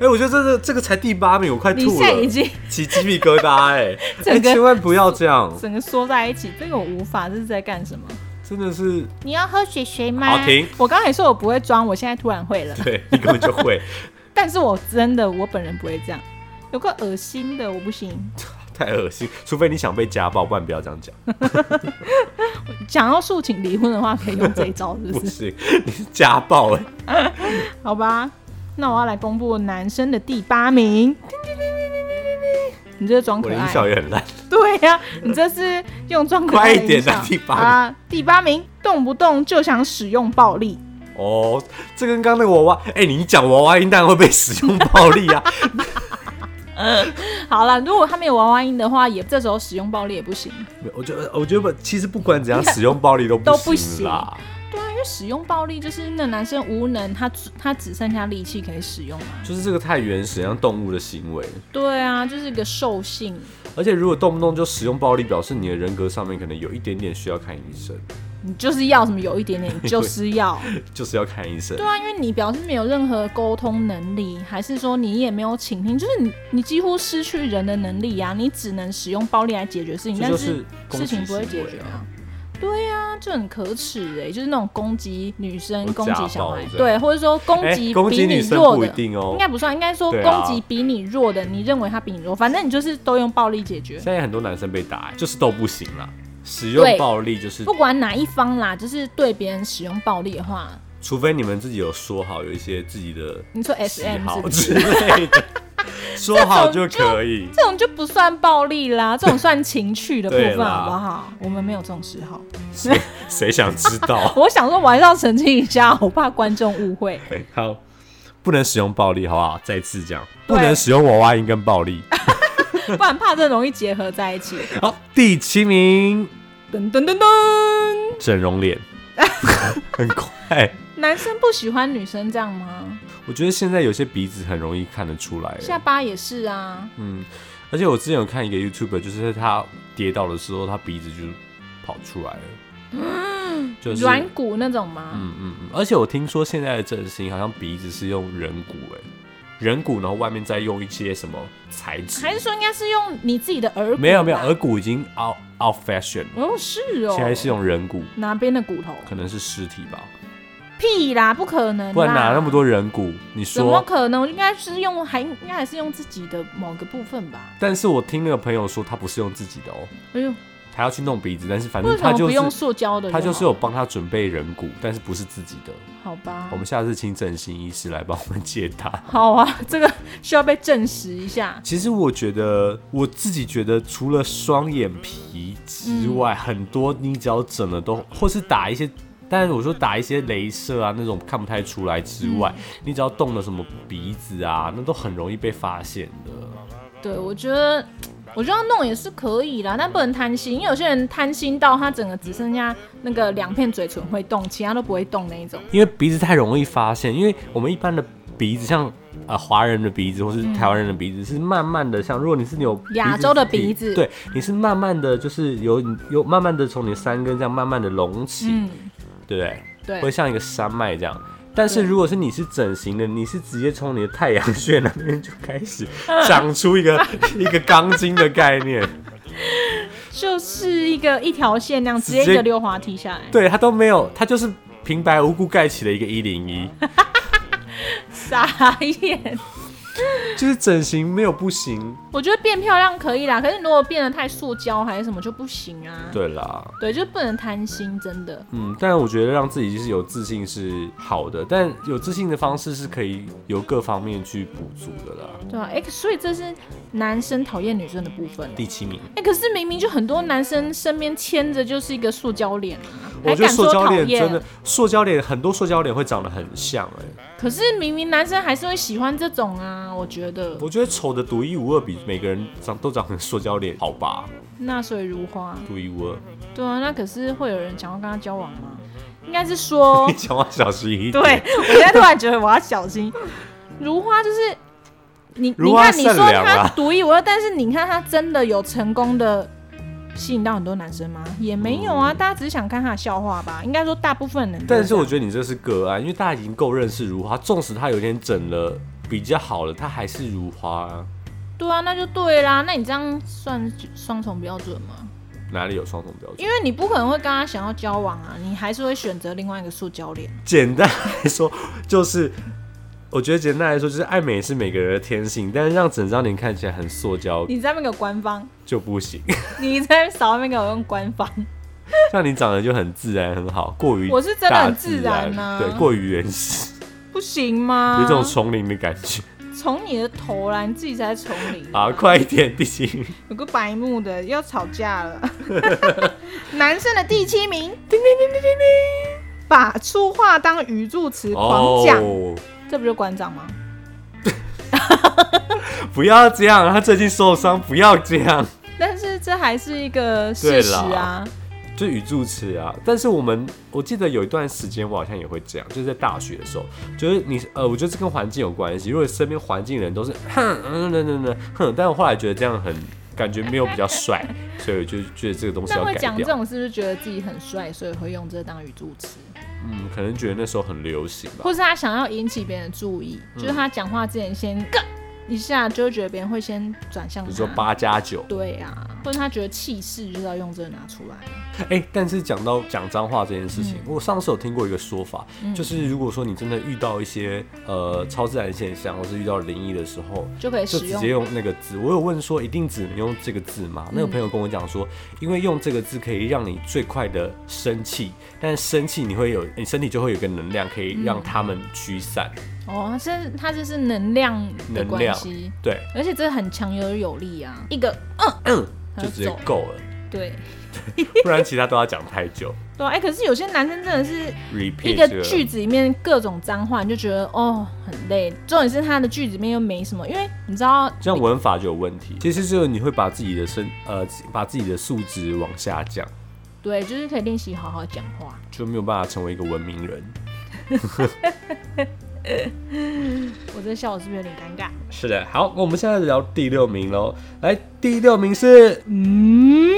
Speaker 1: 哎、我觉得这个这个才第八名，我快
Speaker 3: 你
Speaker 1: 吐
Speaker 3: 现在已
Speaker 1: 了，
Speaker 3: 经
Speaker 1: 起鸡皮疙瘩哎、哎、
Speaker 3: 整个
Speaker 1: 千万不要这样，
Speaker 3: 整个缩在一起，这个我无法，这是在干什么？
Speaker 1: 真的是
Speaker 3: 你要喝水水吗
Speaker 1: 好停
Speaker 3: 我刚才说我不会装，我现在突然会了，
Speaker 1: 对你根本就会
Speaker 3: 但是我真的我本人不会这样，有个恶心的我不行。
Speaker 1: 太恶心，除非你想被家暴，不然不要这 样讲，
Speaker 3: 想要诉请离婚的话，可以用这一招，是不
Speaker 1: 不
Speaker 3: 是？
Speaker 1: 行，你是家暴哎、
Speaker 3: 好吧，那我要来公布男生的第八名。你这是装
Speaker 1: 我
Speaker 3: 可
Speaker 1: 的音
Speaker 3: 爱，
Speaker 1: 效也很烂，
Speaker 3: 对呀、你这是用装可爱的
Speaker 1: 快一点啊
Speaker 3: 音效
Speaker 1: 第八名
Speaker 3: 啊，第八名，动不动就想使用暴力，
Speaker 1: 哦，这跟刚刚那个娃娃，哎、你一讲娃娃音当然会被使用暴力啊，
Speaker 3: 好了，如果他没有娃娃音的话，也这时候使用暴力也不行。
Speaker 1: 没有我觉得，我觉得不其实不管怎样，使用暴力都
Speaker 3: 都
Speaker 1: 不
Speaker 3: 不
Speaker 1: 行啦。
Speaker 3: 对啊，因为使用暴力就是那男生无能，他只他只剩下力气可以使用啊。
Speaker 1: 就是这个太原始，像动物的行为。
Speaker 3: 对啊，就是一个兽性。
Speaker 1: 而且如果动不动就使用暴力，表示你的人格上面可能有一点点需要看医生，
Speaker 3: 你就是要什么有一点点，你就是要。
Speaker 1: 就是要看医生
Speaker 3: 对。啊，因为你表示没有任何沟通能力，还是说你也没有倾听，就是你你几乎失去人的能力啊，你只能使用暴力来解决事情，
Speaker 1: 这
Speaker 3: 但
Speaker 1: 就是
Speaker 3: 是
Speaker 1: 攻
Speaker 3: 事
Speaker 1: 击
Speaker 3: 情不
Speaker 1: 行
Speaker 3: 会解
Speaker 1: 为
Speaker 3: 决
Speaker 1: 啊
Speaker 3: 啊。。对啊，就很可耻哎、就是那种攻击女生、
Speaker 1: 或
Speaker 3: 攻
Speaker 1: 家
Speaker 3: 击小
Speaker 1: 暴
Speaker 3: 孩，
Speaker 1: 这样
Speaker 3: 对，或者说攻
Speaker 1: 哎
Speaker 3: 击
Speaker 1: 攻
Speaker 3: 比
Speaker 1: 击
Speaker 3: 你
Speaker 1: 女生
Speaker 3: 弱
Speaker 1: 不
Speaker 3: 的，
Speaker 1: 一定哦
Speaker 3: 应该不算，应该说
Speaker 1: 对啊
Speaker 3: 攻击比你弱的，你认为他比你弱，反正你就是都用暴力解决，
Speaker 1: 现在很多男生被打，就是都不行啦。使用
Speaker 3: 对
Speaker 1: 暴力就是
Speaker 3: 不，管哪一方啦，就是对别人使用暴力的话，
Speaker 1: 除非你们自己有说好，有一些自己的
Speaker 3: 你说
Speaker 1: 喜
Speaker 3: SM 是
Speaker 1: 啊好
Speaker 3: 不
Speaker 1: 之
Speaker 3: 是
Speaker 1: 类 的，说好就可以。
Speaker 3: 这种就不算暴力 啦，这种算情趣的部
Speaker 1: 对
Speaker 3: 分，
Speaker 1: 啦
Speaker 3: 好不好？我们没有这种嗜好。
Speaker 1: 谁谁想知道？
Speaker 3: 我想说，我还是要澄清一下，我怕观众误 会。
Speaker 1: 对好，哎不能使用暴力，好不好？再次讲，不
Speaker 3: 对
Speaker 1: 能使用娃娃音跟暴 力。
Speaker 3: 不然怕这容易结合在一起。
Speaker 1: 好，第七名，
Speaker 3: 噔噔噔噔，
Speaker 1: 整容脸， 很快。
Speaker 3: 男生不喜欢女生这样吗？
Speaker 1: 我觉得现在有些鼻子很容易看得出来，
Speaker 3: 下巴也是啊，
Speaker 1: 嗯，而且我之前有看一个 YouTube，就是他跌倒的时候，他鼻子就跑出来了，就是，
Speaker 3: 软
Speaker 1: 嗯
Speaker 3: 骨那种吗？
Speaker 1: 嗯嗯，而且我听说现在的整形好像鼻子是用人骨、哎，人骨，然后外面再用一些什么材质，
Speaker 3: 还是说应该是用你自己的耳骨？
Speaker 1: 没有没有，耳。骨已经 out out fashion 了，
Speaker 3: 哦，是哦。
Speaker 1: 现在是用人骨，
Speaker 3: 哪边的骨头？
Speaker 1: 可能是尸体吧，
Speaker 3: 屁啦，不可能啦。
Speaker 1: 不然哪那么？多人骨？你
Speaker 3: 怎么
Speaker 1: 说？
Speaker 3: 可能？我应该是用，还应该还是用自己的某个部分吧。
Speaker 1: 但是我听那个朋友说，他不是用自己的哦，
Speaker 3: 哎呦，
Speaker 1: 他要去弄鼻子，但是反
Speaker 3: 为
Speaker 1: 正
Speaker 3: 什么
Speaker 1: 他就
Speaker 3: 不用
Speaker 1: 是
Speaker 3: 塑胶的好？哦
Speaker 1: 他就是有帮他准备人骨，但是不是自己的。
Speaker 3: 好吧
Speaker 1: 我？们下次请整形医师来帮我们解答。
Speaker 3: 好啊， 这个需要被证实一下。
Speaker 1: 其实我觉得，我自己觉得，除了双眼皮之外，
Speaker 3: 嗯
Speaker 1: 很多你只要整了都，或是打一些，但是我说打一些镭射啊那种看不太出来之外，
Speaker 3: 嗯
Speaker 1: 你只要动了什么鼻子啊，那都很容易被发现的。
Speaker 3: 对，我觉得。我觉得要弄也是可以啦，但不能贪心，因为有些人贪心到他整个只剩下那个两片嘴唇会动，其他都不会动那一种。
Speaker 1: 因为鼻子太容易发现，因为我们一般的鼻子，像呃华人的鼻子或是台湾人的鼻子，是慢慢的像，如果你是有鼻子
Speaker 3: 嗯亚洲的鼻子
Speaker 1: 对，你是慢慢的就是有有慢慢的从你的三根这样慢慢的隆起，
Speaker 3: 嗯，
Speaker 1: 对不对？
Speaker 3: 对
Speaker 1: 会，像一个山脉这样。但是
Speaker 3: 对
Speaker 1: 如果是你是整形的，你是直接从你的太阳穴那边就开始长出一 个一个钢筋的概念，
Speaker 3: 就是一个一条线那样，直接
Speaker 1: 直接
Speaker 3: 一个溜滑梯下来。
Speaker 1: 对它都没有，它就是平白无故盖起了一个一零一，
Speaker 3: 傻眼。
Speaker 1: 就是整形没有不行。
Speaker 3: 我觉得变漂亮可以啦，可是你如果变得太塑胶还是什么就不行啊。
Speaker 1: 对啦，
Speaker 3: 对，就是不能贪心，真的。
Speaker 1: 嗯，但我觉得让自己就是有自信是好的，但有自信的方式是可以由各方面去补足的啦。
Speaker 3: 对啊，哎、所以这是男生讨厌女生的部分。
Speaker 1: 第七名，
Speaker 3: 哎、可是明明就很多男生身边牵着就是一个塑胶脸啊，
Speaker 1: 我
Speaker 3: 还
Speaker 1: 觉得
Speaker 3: 敢
Speaker 1: 塑
Speaker 3: 说
Speaker 1: 胶
Speaker 3: 讨
Speaker 1: 脸真
Speaker 3: 厌
Speaker 1: 的？，塑胶脸很多塑胶脸会长得很像哎、
Speaker 3: 可是明明男生还是会喜欢这种啊，我觉得。
Speaker 1: 我觉得丑的独一无二，比每个人长都长成塑胶脸，好吧？
Speaker 3: 那所以如花，
Speaker 1: 独一无二，
Speaker 3: 对啊，那可是会有人想要跟他交往吗？应该是 说
Speaker 1: 你，讲话小心一点。
Speaker 3: 对，我现在突然觉得我要小心。如花就是你，
Speaker 1: 如
Speaker 3: 你
Speaker 1: 花
Speaker 3: 看你说
Speaker 1: 善良啊
Speaker 3: 他
Speaker 1: 啦
Speaker 3: 独一无二，但是你看他真的有成功的吸引到很多男生吗？也没有啊，大家只是想看他的笑话吧。应该说大部分人都这样，
Speaker 1: 但是我觉得你这是个案，因为大家已经够认识如花，纵使她有一天整了比较好了，她还是如花啊。
Speaker 3: 对啊，那就对啦。那你这样算双重标准吗？
Speaker 1: 哪里有双重标准？
Speaker 3: 因为你不可能会跟他想要交往啊，你还是会选择另外一个塑胶脸。
Speaker 1: 简单来说，就是我觉得简单来说，就是爱美是每个人的天性，但是让整张脸看起来很塑胶
Speaker 3: 你在那边给我官方，
Speaker 1: 就不行，
Speaker 3: 你在扫那边给我用官方。
Speaker 1: 像你长得就很自然很好，过于
Speaker 3: 我是真的
Speaker 1: 大
Speaker 3: 很
Speaker 1: 自
Speaker 3: 自然啊
Speaker 1: 对，过于原始，
Speaker 3: 不行吗？
Speaker 1: 有一种丛林的感觉。
Speaker 3: 从你的头啦，你自己才是丛林
Speaker 1: 啊，快一点，第七名，
Speaker 3: 有个白目的要吵 架了。男生的第七名，叮叮叮叮叮叮，把粗话当语助词狂讲，
Speaker 1: 哦，
Speaker 3: 这不就馆长吗？
Speaker 1: 不要这样，他最近受伤，不要这样。
Speaker 3: 但是这还是一个事实啊。
Speaker 1: 就语助词啊。但是我们我记得有一段时间我好像也会这样，就是在大学的时候，就是你呃，我觉得这跟环境有关系。如果身边环境人都是哼嗯嗯嗯嗯哼，但我后来觉得这样很感觉没有比较帅，所以我就觉得这个东西
Speaker 3: 那
Speaker 1: 要
Speaker 3: 会
Speaker 1: 改
Speaker 3: 讲这
Speaker 1: 掉。
Speaker 3: 种是不是觉得自己很帅，所以会用这当语助词？
Speaker 1: 嗯，可能觉得那时候很流行吧
Speaker 3: 或。是他想要引起别人的注意，
Speaker 1: 嗯
Speaker 3: 就是他讲话之前先咯一下，就会觉得别人会先转向
Speaker 1: 比
Speaker 3: 他。
Speaker 1: 如说八加九，
Speaker 3: 对啊，或者他觉得气势就是要用这个拿出来。
Speaker 1: 哎，但是讲到讲脏话这件事情，我上次有听过一个说法，就是如果说你真的遇到一些呃超自然现象，或是遇到灵异的时候，
Speaker 3: 就可以
Speaker 1: 就
Speaker 3: 使
Speaker 1: 直
Speaker 3: 用
Speaker 1: 接用那个字。我有问说，一定只能用这个字
Speaker 3: 嗯
Speaker 1: 吗？那个朋友跟我讲说，因为用这个字可以让你最快的生气，但生气你会有，你身体就会有一个能量，可以让他们驱散、
Speaker 3: 哦，它是它就是能量的
Speaker 1: 能
Speaker 3: 关
Speaker 1: 量
Speaker 3: 系，。
Speaker 1: 对，
Speaker 3: 而且这很强而有力啊，一个嗯，
Speaker 1: 就
Speaker 3: 就
Speaker 1: 直接够了，
Speaker 3: 对
Speaker 1: 不然其他都要讲太 久。
Speaker 3: 对啊哎、可是有些男生真的是一
Speaker 1: repeat
Speaker 3: 个
Speaker 1: 这个
Speaker 3: 句子里面各种脏话，你就觉得哦很累。重点是他的句子里面又没什么，因为你知道
Speaker 1: 这样文法就有问题。其实就是你会把自己的身呃，把自己的素质往下降，
Speaker 3: 对，就是可以练习好好讲话。
Speaker 1: 就没有办法成为一个文明人。
Speaker 3: 我这笑我是不是有点尴尬？
Speaker 1: 是的，好，我们现在聊第六名喽。来，第六名是
Speaker 3: 嗯，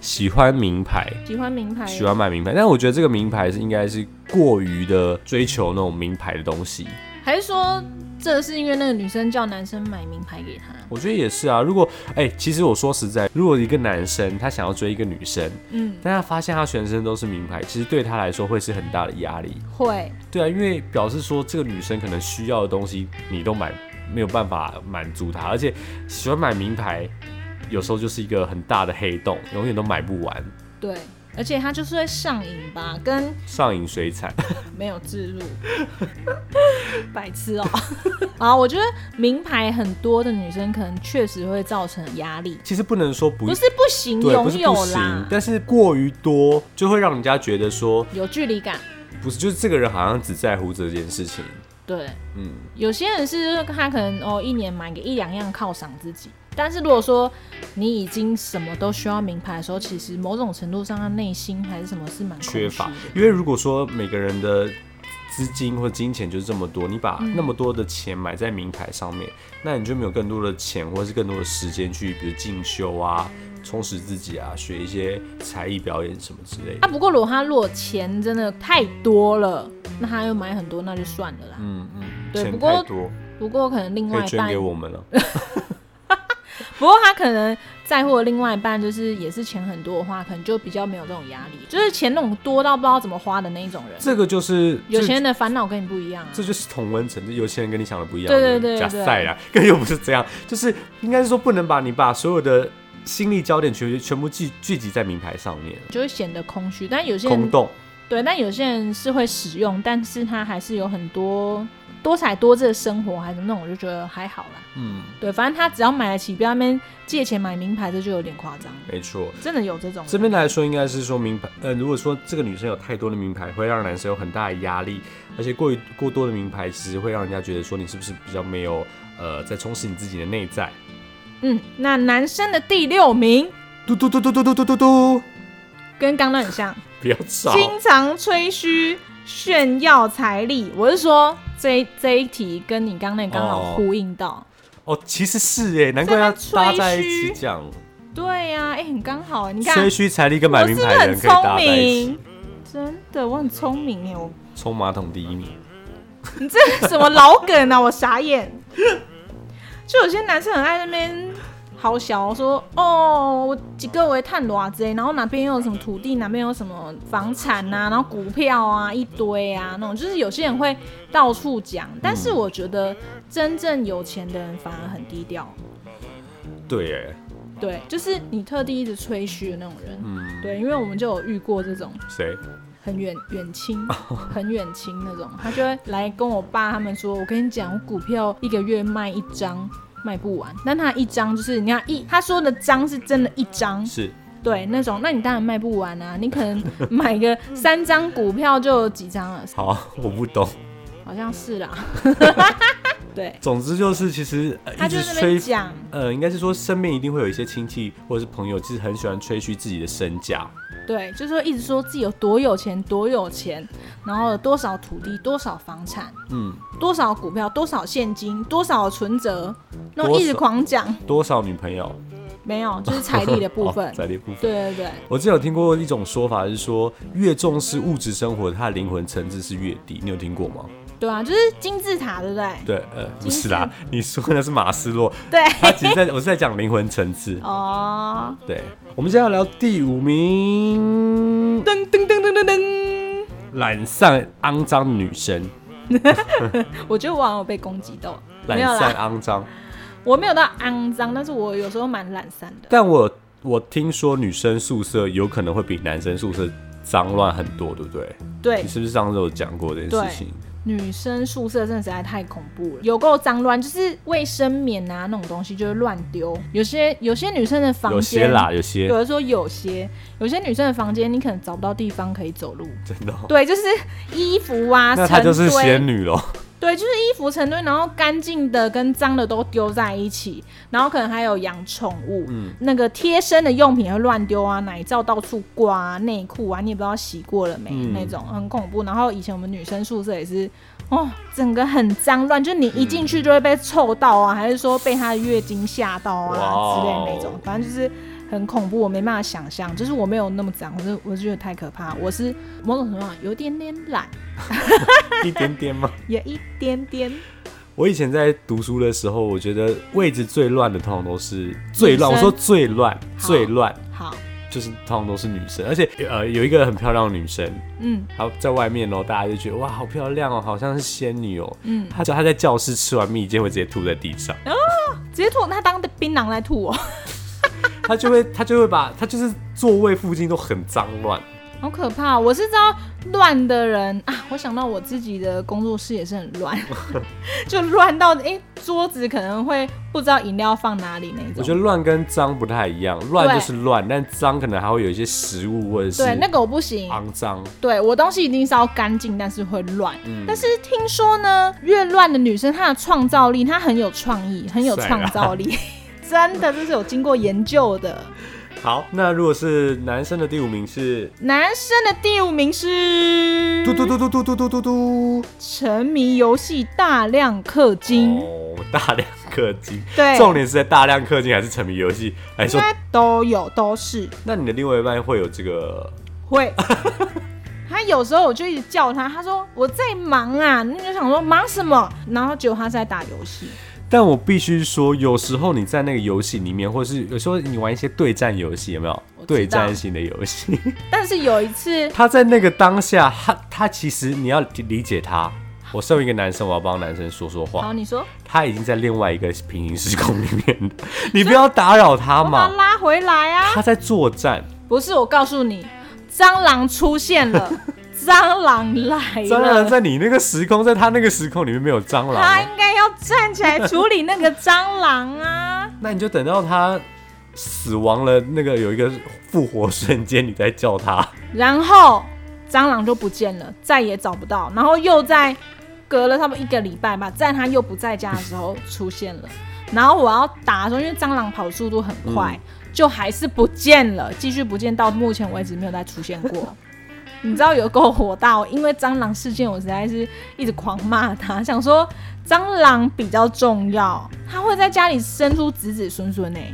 Speaker 1: 喜欢名牌。
Speaker 3: 喜欢名牌，
Speaker 1: 喜欢买名牌，但我觉得这个名牌是应该是过于的追求那种名牌的东西。
Speaker 3: 还是说这是因为那个女生叫男生买名牌给他？
Speaker 1: 我觉得也是啊。如果哎、其实我说实在，如果一个男生他想要追一个女生，
Speaker 3: 嗯，
Speaker 1: 但他发现他全身都是名牌，其实对他来说会是很大的压力。
Speaker 3: 会，
Speaker 1: 对啊，因为表示说这个女生可能需要的东西你都满，没有办法满足她，而且喜欢买名牌，有时候就是一个很大的黑洞，永远都买不完，
Speaker 3: 对，而且他就是会上瘾吧，跟
Speaker 1: 上瘾水产。
Speaker 3: 没有置入，白痴哦、 啊，我觉得名牌很多的女生可能确实会造成压力，
Speaker 1: 其实不能说不
Speaker 3: 不是不行
Speaker 1: 对，不
Speaker 3: 拥
Speaker 1: 是
Speaker 3: 有
Speaker 1: 不行
Speaker 3: 啦，，
Speaker 1: 但是过于多就会让人家觉得说，
Speaker 3: 有距离感。
Speaker 1: 不是，就是这个人好像只在乎这件事情。
Speaker 3: 对，
Speaker 1: 嗯，
Speaker 3: 有些人是他可能哦一年买个一两样犒赏自己，但是如果说你已经什么都需要名牌的时候，其实某种程度上他内心还是什么是蛮空虚
Speaker 1: 缺
Speaker 3: 的
Speaker 1: 乏，因为如果说每个人的资金或金钱就是这么多，你
Speaker 3: 嗯
Speaker 1: 把那么多的钱买在名牌上面，那你就没有更多的钱或是更多的时间去，比如进修啊、
Speaker 3: 嗯
Speaker 1: 充实自己啊、学一些才艺表演什么之类的。
Speaker 3: 啊，不过如果他如果钱真的太多了，那他又买很多，那就算了啦。
Speaker 1: 嗯嗯，
Speaker 3: 对
Speaker 1: 钱
Speaker 3: 不过
Speaker 1: 太多，
Speaker 3: 不过可能另
Speaker 1: 可
Speaker 3: 外
Speaker 1: 以
Speaker 3: 一
Speaker 1: 捐
Speaker 3: 半
Speaker 1: 给我们了。
Speaker 3: 不过他可能在乎的另外一半就是也是钱很多的话，可能就比较没有这种压力，就是钱那种多到不知道怎么花的那一种人。
Speaker 1: 这个就是
Speaker 3: 有钱人的烦恼跟你不一样啊。
Speaker 1: 这就是同温层，这有钱人跟你想的不一样。
Speaker 3: 对对对对
Speaker 1: 假赛啦， 根本又不是这样，就是应该是说不能把你把所有的心力焦点全全部聚聚集在名牌上面，
Speaker 3: 就会显得空虚，但有些
Speaker 1: 空
Speaker 3: 人
Speaker 1: 洞。
Speaker 3: 对，但有些人是会使用，但是他还是有很多多彩多姿的生活，还是那种，我就觉得还好啦。
Speaker 1: 嗯，
Speaker 3: 对，反正他只要买得起，不要那边借钱买名牌，这就有点夸张了。
Speaker 1: 没错。
Speaker 3: 真的有这种人，
Speaker 1: 这边来说，应该是说名牌，呃，如果说这个女生有太多的名牌，会让男生有很大的压力，而且过于过多的名牌，其实会让人家觉得说你是不是比较没有，呃，在充实你自己的内在。
Speaker 3: 嗯，那男生的第六名
Speaker 1: 嘟嘟嘟嘟嘟嘟嘟嘟嘟，
Speaker 3: 跟刚刚 很像，
Speaker 1: 不要吵。
Speaker 3: 经常吹嘘炫耀财力。我是说这一这一题跟你刚刚那个刚好
Speaker 1: 哦
Speaker 3: 呼应到。
Speaker 1: 哦，其实是哎，难怪要搭在一
Speaker 3: 在那边吹
Speaker 1: 起
Speaker 3: 嘘
Speaker 1: 讲，
Speaker 3: 对呀、哎、很刚好，你看
Speaker 1: 吹嘘财力跟买
Speaker 3: 我
Speaker 1: 名
Speaker 3: 是不
Speaker 1: 牌
Speaker 3: 是
Speaker 1: 的
Speaker 3: 很
Speaker 1: 人可以搭
Speaker 3: 聪
Speaker 1: 在一
Speaker 3: 明
Speaker 1: 起。？
Speaker 3: 真的，我很聪明哎，我
Speaker 1: 冲马桶第一名，
Speaker 3: 你 这是什么老梗啊？我傻眼。就有些男生很爱那边好小说哦，我几个为探多之类，然后哪边又有什么土地，哪边有什么房产啊，然后股票啊一堆啊那种，就是有些人会到处讲，但是我觉得真正有钱的人反而很低调。
Speaker 1: 对哎，
Speaker 3: 对，就是你特地一直吹嘘的那种人，对，因为我们就有遇过这种
Speaker 1: 谁？
Speaker 3: 很远远亲，
Speaker 1: 哦
Speaker 3: 很远亲那种，他就会来跟我爸他们说，我跟你讲，我股票一个月卖一张。卖不完，但他一张就是你看一，他说的张是真的一张，
Speaker 1: 是
Speaker 3: 对那种，那你当然卖不完啊，你可 能买个三张股票就有几张了，
Speaker 1: 好，我不 懂。
Speaker 3: 好像 是啦，对，
Speaker 1: 总之就是，其实、呃、
Speaker 3: 他
Speaker 1: 一
Speaker 3: 就
Speaker 1: 直
Speaker 3: 在那
Speaker 1: 吹
Speaker 3: 边讲，
Speaker 1: 呃，应该是说身边一定会有一些亲戚或者是朋友，就是很喜欢吹嘘自己的身价。
Speaker 3: 对，就是说一直说自己有多有钱，多有钱，然后有多少土地，多少房产，
Speaker 1: 嗯，
Speaker 3: 多少股票，多少现金，多少存折，那种
Speaker 1: 多
Speaker 3: 一直
Speaker 1: 少
Speaker 3: 狂讲，
Speaker 1: 多少女朋友？
Speaker 3: 没有，就是财力的 部
Speaker 1: 哦
Speaker 3: 分。
Speaker 1: 财力部分。
Speaker 3: 对对对，
Speaker 1: 我之前有听过一种说法，是说越重视物质生活，他的灵魂层次是越低。你有听过吗？
Speaker 3: 对啊，就是金字塔，对不对？
Speaker 1: 对，呃，不是啦，你说的是马斯洛，
Speaker 3: 对，
Speaker 1: 他其实在我是在讲灵魂层次。
Speaker 3: 哦，
Speaker 1: 对，我们现在要聊第五名，
Speaker 3: 噔噔噔噔噔噔，
Speaker 1: 懒散肮脏女生，
Speaker 3: 我觉得我好像有被攻击到，
Speaker 1: 懒
Speaker 3: 没有
Speaker 1: 散啊
Speaker 3: 啦，
Speaker 1: 肮脏。
Speaker 3: 我没有到肮脏，但是我有时候蛮懒散的。
Speaker 1: 但我我听说女生宿舍有可能会比男生宿舍脏乱很多，对不对？
Speaker 3: 对
Speaker 1: 你，是不是上次有讲过这件事情？
Speaker 3: 女生宿舍真的实在太恐怖了，有够脏乱，就是卫生棉啊那种东西就是乱丢，有些有些女生的房间
Speaker 1: 有些啦，有些
Speaker 3: 有的说有些，有些女生的房间你可能找不到地方可以走路。
Speaker 1: 真的哦、
Speaker 3: 对，啊就是衣服啊，
Speaker 1: 那她就是
Speaker 3: 成堆
Speaker 1: 仙女 喽。
Speaker 3: 对，就是衣服成堆，然后干净的跟脏的都丢在一起，然后可能还有养宠物，
Speaker 1: 嗯
Speaker 3: 那个贴身的用品也会乱丢啊，奶罩到处挂啊，内裤啊，你也不知道洗过了没、
Speaker 1: 嗯
Speaker 3: 那种，很恐怖。然后以前我们女生宿舍也是，哦，整个很脏乱，就是你一进
Speaker 1: 嗯
Speaker 3: 去就会被臭到啊，还是说被她的月经吓到啊
Speaker 1: 哇哦
Speaker 3: 之类的那种，反正就是。很恐怖，我没办法想象，就是我没有那么脏，我是我是觉得太可怕，我是某种程度上有点点懒，
Speaker 1: 一点点吗？
Speaker 3: 也一点点
Speaker 1: 我以前在读书的时候，我觉得位置最乱的通常都是最乱。
Speaker 3: 女
Speaker 1: 我
Speaker 3: 生
Speaker 1: 说最乱，
Speaker 3: 好
Speaker 1: 最乱
Speaker 3: 好，
Speaker 1: 就是通常都是女生，而且呃有一个很漂亮的女生，
Speaker 3: 嗯，
Speaker 1: 她在外面哦，大家就觉得哇好漂亮哦，好像是仙女哦。
Speaker 3: 嗯
Speaker 1: 她她在教室吃完蜜饯会直接吐在地上。
Speaker 3: 直接吐，他当槟榔来吐我，
Speaker 1: 他就会他就会把他就是座位附近都很脏乱，
Speaker 3: 好可怕哦！我是知道乱的人啊，我想到我自己的工作室也是很 乱，就乱到哎、诶桌子可能会不知道饮料放哪里那种。
Speaker 1: 我觉得乱跟脏不太一样，乱就是乱，但脏可能还会有一些食物或者是
Speaker 3: 对那个我不行，
Speaker 1: 肮脏。
Speaker 3: 对我东西一定是要干净，但是会乱。
Speaker 1: 嗯
Speaker 3: 但是听说呢，越乱的女生她的创造力，她很有创意，很有
Speaker 1: 帅啊
Speaker 3: 创造力， 真的这是有经过研究的。
Speaker 1: 好，那如果是男生的第五名是
Speaker 3: 男生的第五名是
Speaker 1: 嘟嘟嘟嘟嘟嘟嘟嘟嘟，
Speaker 3: 沉迷游戏，大量氪金。
Speaker 1: 哦，大量氪金，
Speaker 3: 对
Speaker 1: 重点是在大量氪金还是沉迷游戏来
Speaker 3: 应
Speaker 1: 说，
Speaker 3: 该都有，都是
Speaker 1: 那你的另外一半会有这个
Speaker 3: 会。他有时候我就一直叫他，他说我在忙啊，那就想说忙什么，然后结果他是在打游戏，
Speaker 1: 但我必须说，有时候你在那个游戏里面，或是有时候你玩一些对战游戏，有没有
Speaker 3: 我知道
Speaker 1: 对战型的游戏？
Speaker 3: 但是有一次，
Speaker 1: 他在那个当下，他他其实你要理解他。我身为一个男生，我要帮男生说说话
Speaker 3: 好，。你说
Speaker 1: 他已经在另外一个平行时空里面了，你不要打扰他
Speaker 3: 我把他
Speaker 1: 嘛。
Speaker 3: 拉回来 啊！
Speaker 1: 他在作战，
Speaker 3: 不是，我告诉你，蟑螂出 现了，蟑螂来了，
Speaker 1: 蟑螂在你那个时空，在他那个时空里面没有蟑螂
Speaker 3: 他
Speaker 1: 啊。
Speaker 3: 应该要站起来处理那个蟑螂啊！
Speaker 1: 那你就等到他死亡了，那个有一个复活瞬间，你再叫他。
Speaker 3: 然后蟑螂就不见了，再也找不到。然后又在隔了差不多一个礼拜吧，在他又不在家的时候出现了。然后我要打的时候，因为蟑螂跑速度很快，就还是不见了，继续不见，到目前为止没有再出现过。你知道有够火大、哦，因为蟑螂事件，我实在是一直狂骂他，想说蟑螂比较重要，它会在家里生出子子孙孙欸呢。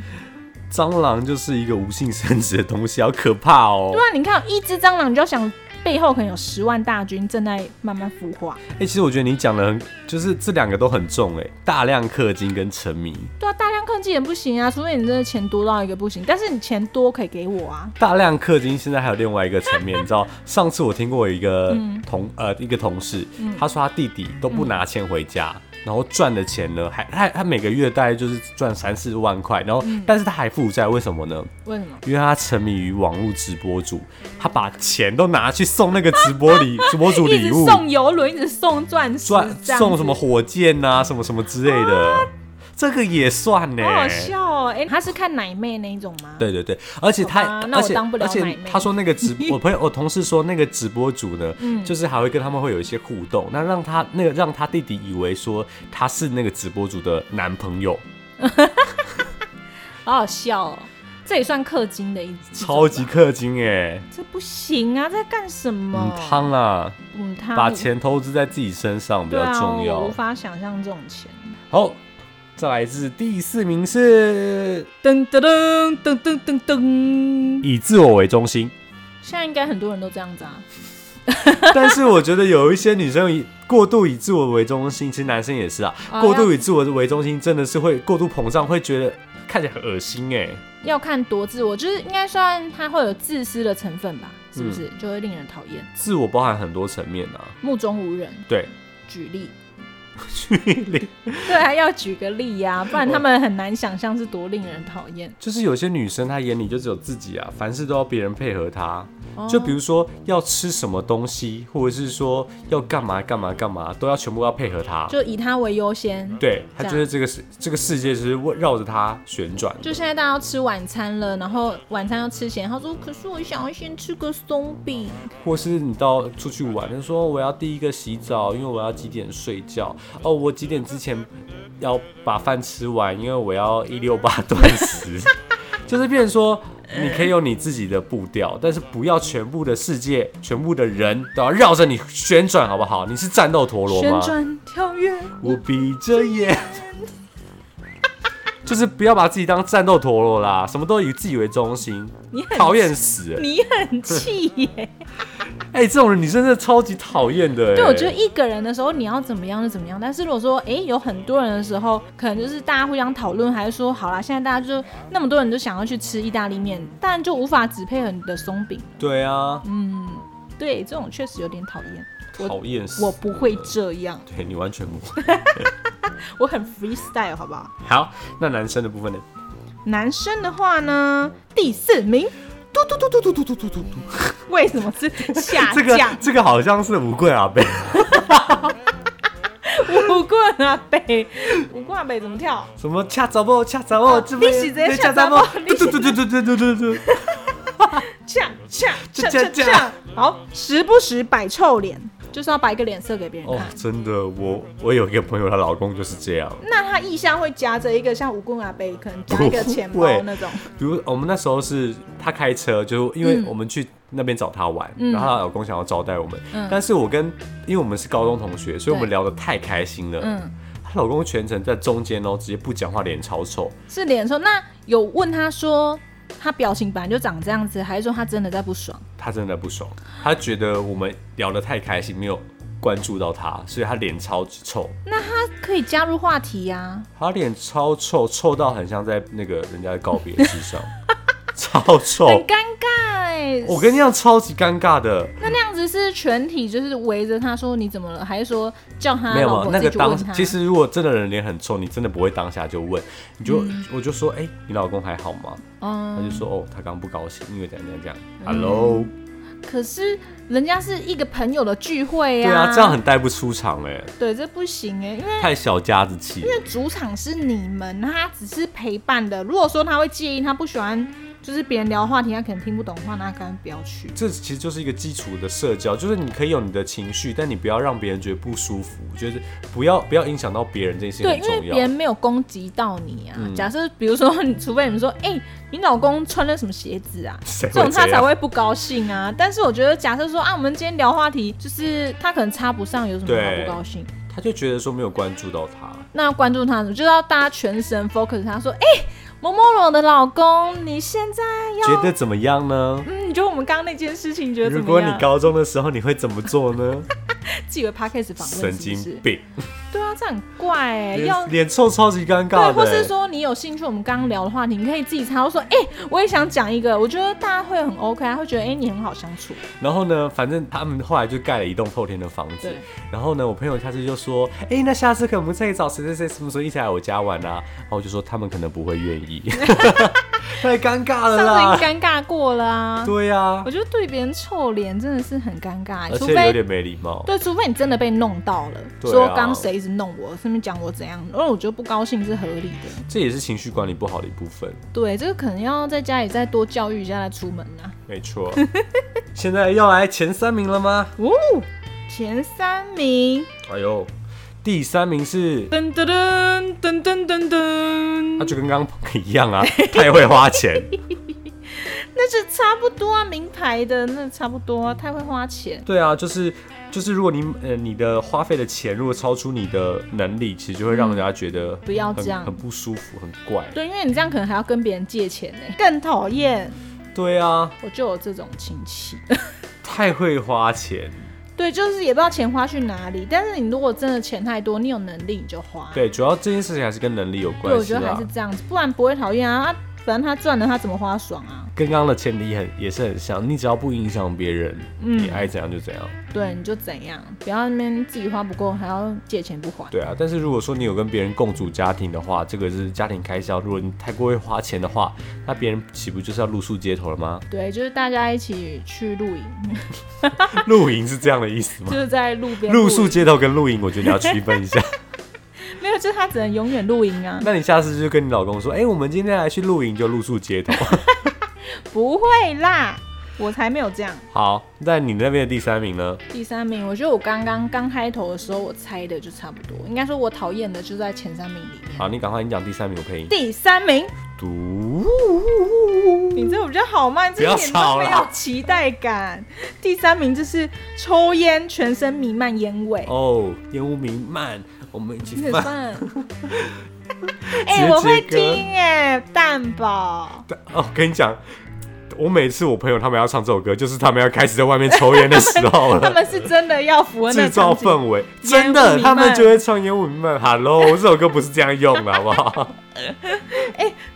Speaker 1: 蟑螂就是一个无性生殖的东西，好可怕哦
Speaker 3: 对！啊，你看一只蟑螂，你就要想背后可能有十万大军正在慢慢孵化。
Speaker 1: 哎、其实我觉得你讲的很，就是这两个都很重哎、大量氪金跟沉迷。
Speaker 3: 对啊，大量氪金也不行啊，除非你真的钱多到一个不行。但是你钱多可以给我啊，
Speaker 1: 大量氪金现在还有另外一个层面，你知道？上次我听过有一 个
Speaker 3: 嗯
Speaker 1: 同、呃一个同事，他说他弟弟都不拿钱回家，然后赚的钱呢，还他他每个月大概就是赚三四万块，然后、
Speaker 3: 嗯
Speaker 1: 但是他还负债，为什么呢？
Speaker 3: 为什么？
Speaker 1: 因为他沉迷于网络直播主，他把钱都拿去送那个直播 礼直播主
Speaker 3: 一
Speaker 1: 礼
Speaker 3: 直
Speaker 1: 物，
Speaker 3: 送游轮，一直送钻石，
Speaker 1: 赚
Speaker 3: 这样
Speaker 1: 送什
Speaker 3: 子
Speaker 1: 么？火箭呐、什么什么之类的，这个也算呢、
Speaker 3: 好好笑哦！哎、他是看奶妹那一种吗？，
Speaker 1: 对对对，而且他
Speaker 3: 好吧，那
Speaker 1: 而
Speaker 3: 我
Speaker 1: 且
Speaker 3: 当不了
Speaker 1: 而
Speaker 3: 奶
Speaker 1: 且
Speaker 3: 妹嗯
Speaker 1: 他说那个 直，我朋友我同事说那个直播主呢，就是还会跟他们会有一些互动，那让他那个让他弟弟以为说他是那个直播主的男朋友，
Speaker 3: 好好笑哦。这也算氪金的一一种吧
Speaker 1: 超级氪金哎、
Speaker 3: 这不行啊！在干什么
Speaker 1: 嗯？，汤啊，
Speaker 3: 嗯，他
Speaker 1: 把钱投资在自己身上比
Speaker 3: 对
Speaker 1: 较
Speaker 3: 啊，
Speaker 1: 重要。
Speaker 3: 我无法想象这种钱。
Speaker 1: 好，再来自第四名是
Speaker 3: 噔噔噔噔噔噔噔，
Speaker 1: 以自我为中心，
Speaker 3: 现在应该很多人都这样子啊。
Speaker 1: 但是我觉得有一些女生以过度以自我为中心，其实男生也是啊，
Speaker 3: 啊
Speaker 1: 过度以自我为中心真的是会过度膨胀，会觉得看起来很恶心哎、
Speaker 3: 要看多自我，就是应该算它会有自私的成分吧，是不
Speaker 1: 嗯
Speaker 3: 是？就会令人讨厌，
Speaker 1: 自我包含很多层面啊，
Speaker 3: 目中无人。
Speaker 1: 对，
Speaker 3: 举例，
Speaker 1: 嗯
Speaker 3: 对啊，要举个例呀、不然他们很难想象是多令人讨厌。
Speaker 1: 就是有些女生她眼里就只有自己啊，凡事都要别人配合她，
Speaker 3: 哦
Speaker 1: 就比如说要吃什么东西，或者是说要干嘛干嘛干嘛，都要全部要配合她。
Speaker 3: 就以他为优先。
Speaker 1: 对，她
Speaker 3: 这样
Speaker 1: 觉得这个世这个世界是围绕着她旋转的。
Speaker 3: 就现在大家要吃晚餐了，然后晚餐要吃咸，他说：“可是我想要先吃个松饼。
Speaker 1: 或是你到出去玩，就说我要第一个洗澡，因为我要几点睡觉。哦，我几点之前要把饭吃完，因为我要一六八断食。 就是变成说，你可以有你自己的步调，但是不要全部的世界、全部的人都要绕着你旋转，好不好？你是战斗陀”螺
Speaker 3: 旋
Speaker 1: 吗？
Speaker 3: 转跳跃，
Speaker 1: 我闭着眼。就是不要把自己当战斗陀螺啦，什么都以自己为中心，
Speaker 3: 你很
Speaker 1: 讨厌死了！
Speaker 3: 你很气耶。
Speaker 1: 哎、这种人你真的超级讨厌的、哎
Speaker 3: 对，我觉得一个人的时候你要怎么样就怎么样，但是如果说哎、诶有很多人的时候，可能就是大家互相讨论，还是说好啦，现在大家就那么多人都想要去吃意大利面，但就无法只配合你的松饼。
Speaker 1: 对啊，
Speaker 3: 对，这种确实有点讨厌。嗯我
Speaker 1: 讨厌死！
Speaker 3: 我不会这样，
Speaker 1: 对你完全不会。
Speaker 3: 我很 freestyle 好不好？
Speaker 1: 好，那男生的部分呢？
Speaker 3: 男生的话呢，第四名，
Speaker 1: 嘟嘟嘟嘟嘟嘟嘟嘟嘟，
Speaker 3: 为什么是 下
Speaker 1: 这个
Speaker 3: 降？
Speaker 1: 这个好像是吴贵阿贝，
Speaker 3: 五棍阿啊北，五棍阿北怎么跳？
Speaker 1: 什么恰杂波恰杂波，这边
Speaker 3: 哦你是在
Speaker 1: 对
Speaker 3: 恰
Speaker 1: 杂
Speaker 3: 查
Speaker 1: 波
Speaker 3: 某，
Speaker 1: 嘟嘟嘟嘟嘟嘟嘟嘟。
Speaker 3: 呛呛
Speaker 1: 这
Speaker 3: 呛
Speaker 1: 这
Speaker 3: 呛呛！好，时不时摆臭脸，就是要摆一个脸色给别人
Speaker 1: 哦
Speaker 3: 看。，
Speaker 1: 真的，我我有一个朋友，她老公就是这样。
Speaker 3: 那他意向会夹着一个像五棍阿贝，可能夹一个钱
Speaker 1: 不会
Speaker 3: 包那种，
Speaker 1: 比如我们那时候是她开车，就是因为
Speaker 3: 嗯
Speaker 1: 我们去那边找她玩，然后她老公想要招待我们，但是我跟因为我们是高中同学，所以我们
Speaker 3: 嗯对
Speaker 1: 聊得太开心了。
Speaker 3: 嗯
Speaker 1: 她老公全程在中间哦，直接不讲话，脸超臭。
Speaker 3: 是脸臭。那有问他说他表情本来就长这样子，还是说他真的在不爽？
Speaker 1: 他真的不爽，他觉得我们聊得太开心，没有关注到他，所以他脸超臭，
Speaker 3: 可以加入话题呀、
Speaker 1: 他脸超臭，臭到很像在那个人家的告别式 上，超
Speaker 3: 很
Speaker 1: 臭。
Speaker 3: 尴尬哎、
Speaker 1: 我跟你讲，超级尴尬的。
Speaker 3: 那那样子是全体就是围着他说你怎么了，还是说叫他
Speaker 1: 没有
Speaker 3: 嗯老
Speaker 1: 嘛
Speaker 3: 婆？
Speaker 1: 那
Speaker 3: 自
Speaker 1: 个
Speaker 3: 己去问
Speaker 1: 当
Speaker 3: 他？
Speaker 1: 其实如果真的人脸很臭，你真的不会当下就问，你就、我就说，哎、你老公还好吗？他就
Speaker 3: 嗯，
Speaker 1: 说，哦，他刚不高兴，因为怎样怎样怎样。Hello，、
Speaker 3: 可是人家是一个朋友的聚会
Speaker 1: 对
Speaker 3: 呀、
Speaker 1: 啊，这样很带不出场哎、
Speaker 3: 对这不行哎、因为
Speaker 1: 太小家子气了。
Speaker 3: 主场是你们，那他只是陪伴的。如果说他会介意，他不喜欢就是别人聊话题，他可能听不懂的话，那他干脆不要去。
Speaker 1: 这其实就是一个基础的社交，就是你可以有你的情绪，但你不要让别人觉得不舒服，就是不要不要影响到别人，这件事情
Speaker 3: 对，
Speaker 1: 很
Speaker 3: 因为
Speaker 1: 重
Speaker 3: 别人
Speaker 1: 要。嗯
Speaker 3: 没有攻击到你啊。假设比如说，你除非你们说，哎、你老公穿了什么鞋子啊？
Speaker 1: 谁会
Speaker 3: 这种他
Speaker 1: 这
Speaker 3: 才
Speaker 1: 样
Speaker 3: 会不高兴啊。但是我觉得，假设说啊，我们今天聊话题，就是他可能插不上，有什么好
Speaker 1: 对
Speaker 3: 不高兴？
Speaker 1: 他就觉得说没有关注到他，
Speaker 3: 那要关注他，就是要大家全神 focus 他说，哎、某某某的老公，你现在
Speaker 1: 觉得怎么样呢？
Speaker 3: 嗯，你觉得我们刚刚那件事情，你觉得怎
Speaker 1: 如
Speaker 3: 么
Speaker 1: 果
Speaker 3: 样？
Speaker 1: 你高中的时候，你会怎么做 呢？
Speaker 3: 自己为 podcast 访问
Speaker 1: 神
Speaker 3: 是不
Speaker 1: 经
Speaker 3: 是
Speaker 1: 病，
Speaker 3: 对啊，这很怪哎、要
Speaker 1: 脸。脸臭超级尴
Speaker 3: 对，
Speaker 1: 尬
Speaker 3: 或
Speaker 1: 的
Speaker 3: 是
Speaker 1: 欸。
Speaker 3: 说你有兴趣，我们刚刚聊的话题，你可以自己插。我说，哎、我也想讲一个，我觉得大家会很 OK，啊，会觉得哎、你很好相处。
Speaker 1: 然后呢，反正他们后来就盖了一栋透天的房子
Speaker 3: 对。
Speaker 1: 然后呢，我朋友下次就说：“哎，那下次可不可以找谁谁谁什么时候一起来我家玩啊？”然后我就说他们可能不会愿 意，太尴尬了
Speaker 3: 上次已
Speaker 1: 啦。
Speaker 3: 经尴尬过了啊，
Speaker 1: 对呀、啊
Speaker 3: 我，觉得对别人臭脸真的是很尴尬、
Speaker 1: 而
Speaker 3: 除
Speaker 1: 且有
Speaker 3: 非
Speaker 1: 点没礼貌。
Speaker 3: 对，除非你真的被弄到了，
Speaker 1: 对啊
Speaker 3: 说刚刚谁一直弄我，顺便讲我怎样，哦而我觉得不高兴是合理的。
Speaker 1: 这也是情绪管理不好的一部分。
Speaker 3: 对，这个可能要在家里再多教育一下，再出门啊。
Speaker 1: 没错， 现在要来前三名了 吗？
Speaker 3: 哦，前三名，
Speaker 1: 哎呦，第三名是，
Speaker 3: 噔噔噔噔噔噔噔
Speaker 1: 那、，就跟刚刚一样啊，太会花钱。
Speaker 3: 那是差不多啊，名牌的那差不多、啊，太会花钱。
Speaker 1: 对啊，就是就是，如果你呃你的花费的钱如果超出你的能力，其实就会让人家觉得
Speaker 3: 嗯不要
Speaker 1: 很
Speaker 3: 这样
Speaker 1: 很不舒服，很怪。
Speaker 3: 对，因为你这样可能还要跟别人借钱呢、更讨厌。
Speaker 1: 对啊，
Speaker 3: 我就有这种亲戚，
Speaker 1: 太会花钱。
Speaker 3: 对，就是也不知道钱花去哪里。但是你如果真的钱太多，你有能力你就花。
Speaker 1: 对，主要这件事情还是跟能力有
Speaker 3: 对，
Speaker 1: 关
Speaker 3: 我
Speaker 1: 系
Speaker 3: 觉得还
Speaker 1: 啦
Speaker 3: 是。这样子，不然不会讨厌啊。啊反正他赚了，他怎么花爽啊？
Speaker 1: 跟刚刚的前提很也是很像，你只要不影响别人，
Speaker 3: 嗯
Speaker 1: 你爱怎样就怎样。
Speaker 3: 对，你就怎样，不要那边自己花不够，还要借钱不还。
Speaker 1: 对啊，但是如果说你有跟别人共组家庭的话，这个是家庭开销。如果你太过会花钱的话，那别人岂不就是要露宿街头了吗？
Speaker 3: 对，就是大家一起去露营，
Speaker 1: 露营是这样的意思吗
Speaker 3: 就？是在路边
Speaker 1: 露
Speaker 3: 营
Speaker 1: 宿街头跟露营，我觉得你要区分一下。
Speaker 3: 没有，就是他只能永远露营啊。
Speaker 1: 那你下次就跟你老公说，哎、我们今天来去露营，就露宿街头。
Speaker 3: 不会啦，我才没有这样。
Speaker 1: 好，那你那边的第三名呢？
Speaker 3: 第三名，我觉得我刚刚刚开头的时候，我猜的就差不多。应该说，我讨厌的就在前三名里面。
Speaker 1: 好，你赶快你讲第三名，我配音。
Speaker 3: 第三名，
Speaker 1: 读，
Speaker 3: 你这我觉得好慢，这
Speaker 1: 不要
Speaker 3: 一点都
Speaker 1: 吵
Speaker 3: 没
Speaker 1: 啦
Speaker 3: 有期待感。第三名就是抽烟，全身弥漫烟味。
Speaker 1: 哦，烟雾弥漫，我们一起
Speaker 3: 你很
Speaker 1: 翻。
Speaker 3: 棒。哎、我会听哎、蛋宝，
Speaker 1: 哦，跟你讲，我每次我朋友他们要唱这首歌，就是他们要开始在外面抽烟的时候
Speaker 3: 他
Speaker 1: 了。
Speaker 3: 们是真的要符合那
Speaker 1: 制
Speaker 3: 个
Speaker 1: 造
Speaker 3: 场景
Speaker 1: 氛围，真的，他们就会唱烟雾弥漫。Hello，这首歌不是这样用的，好不好？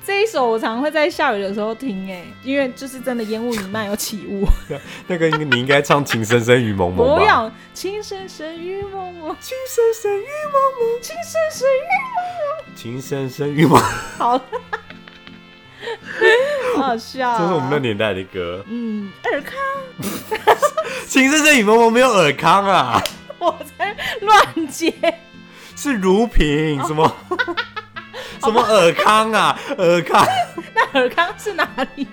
Speaker 3: 这一首我常会在下雨的时候听哎、因为就是真的烟雾弥漫有起雾。
Speaker 1: 那个应你应该唱《情深深雨蒙蒙》
Speaker 3: 不
Speaker 1: 吧？
Speaker 3: 要，情深深雨蒙蒙，
Speaker 1: 情深深雨蒙蒙，
Speaker 3: 情深深雨
Speaker 1: 情深深雨蒙蒙，
Speaker 3: 蒙蒙。好了，好好笑、啊。
Speaker 1: 这是我们那年代的歌。
Speaker 3: 嗯，尔康，
Speaker 1: 情深深雨蒙蒙没有尔康啊，
Speaker 3: 我在乱接。
Speaker 1: 是如萍
Speaker 3: 哦
Speaker 1: 什 么什么尔康啊，尔康
Speaker 3: 那尔康是哪里？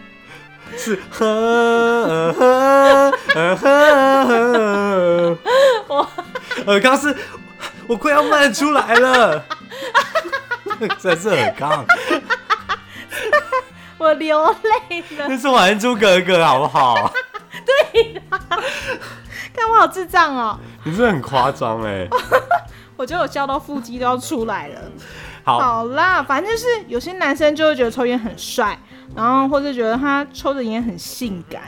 Speaker 1: 是呃呵呵呵呵，
Speaker 3: 我
Speaker 1: 呃尔康是我快要漫出来了，这是尔康，
Speaker 3: 我流泪了。
Speaker 1: 那是还珠格格好不好？
Speaker 3: 看我好智障哦！
Speaker 1: 你是不是很夸张哎，
Speaker 3: 我觉得我笑到腹肌都要出来了。
Speaker 1: 嗯好。
Speaker 3: 好啦，反正就是有些男生就会觉得抽烟很帅，然后或者觉得他抽着烟很性感。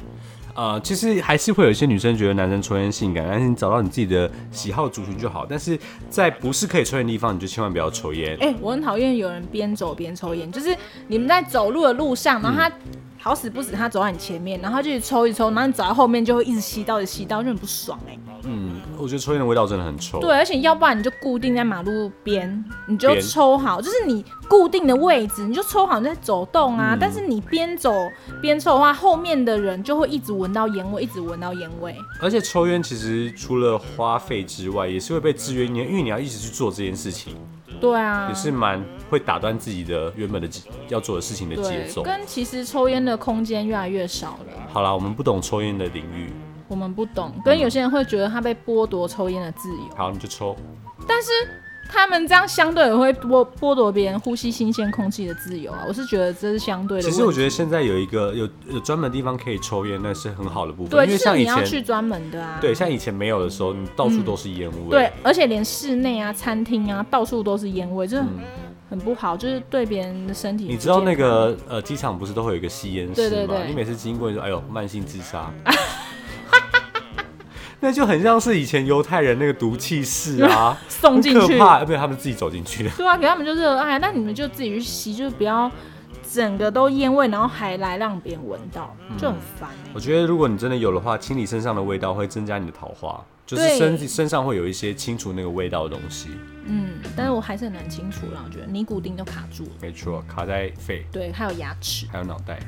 Speaker 1: 呃，其实还是会有一些女生觉得男生抽烟性感，但是你找到你自己的喜好族群就好。但是在不是可以抽烟的地方，你就千万不要抽烟。
Speaker 3: 哎、我很讨厌有人边走边抽烟，就是你们在走路的路上，然后他
Speaker 1: 嗯
Speaker 3: 好死不死他走在你前面，然后他就一直抽一抽，然后你走在后面就会一直吸到，一直吸到，就很不爽哎、
Speaker 1: 嗯，我觉得抽烟的味道真的很臭。
Speaker 3: 对，，而且要不然你就固定在马路边，你就
Speaker 1: 边
Speaker 3: 抽好，就是你固定的位置，你就抽好你在走动
Speaker 1: 嗯
Speaker 3: 啊。但是你边走边抽的话，后面的人就会一直闻到烟味，一直闻到烟味。
Speaker 1: 而且抽烟其实除了花费之外，也是会被制约，因为因为你要一直去做这件事情，
Speaker 3: 对啊，
Speaker 1: 也是蛮会打断自己的原本的节要做的事情的节
Speaker 3: 对，
Speaker 1: 奏。
Speaker 3: 跟其实抽烟的空间越来越少了，
Speaker 1: 好啦，我们不懂抽烟的领域，
Speaker 3: 我们不懂，
Speaker 1: 嗯
Speaker 3: 跟有些人会觉得他被剥夺抽烟的自由。
Speaker 1: 好，你就抽。
Speaker 3: 但是他们这样相对也会剥剥夺别人呼吸新鲜空气的自由啊。我是觉得这是相对的问
Speaker 1: 其
Speaker 3: 题。
Speaker 1: 实我觉得现在有一个有有专门的地方可以抽烟，那是很好的部分，
Speaker 3: 对，
Speaker 1: 因为
Speaker 3: 就是
Speaker 1: 像以
Speaker 3: 你要去
Speaker 1: 前。
Speaker 3: 专门的啊。
Speaker 1: 对，像以前没有的时候，你到处都是烟味、
Speaker 3: 对，而且连室内啊、餐厅啊，到处都是烟味，就是很,、不好，就是对别人的身体
Speaker 1: 嗯
Speaker 3: 不
Speaker 1: 你知
Speaker 3: 健康。
Speaker 1: 道那个呃，机场不是都会有一个吸烟室吗？
Speaker 3: 对对对
Speaker 1: 你每次经过你说，哎呦，慢性自杀， 那就很像是以前犹太人那个毒气室啊，
Speaker 3: 送进
Speaker 1: 很可
Speaker 3: 去？
Speaker 1: 怕，没有，他们自己走进去的。
Speaker 3: 对啊，给他们就热爱，那你们就自己去吸，就是不要整个都烟味，然后还来让别人闻到，就很烦、
Speaker 1: 嗯
Speaker 3: 欸
Speaker 1: 我觉得如果你真的有的话，清理身上的味道会增加你的桃花，就是
Speaker 3: 对
Speaker 1: 身体身上会有一些清除那个味道的东西。
Speaker 3: 嗯，但是我还是很难清楚啦，我觉得尼古丁都卡住了，
Speaker 1: 没错，卡在肺
Speaker 3: 对，还有牙齿，
Speaker 1: 还有脑袋，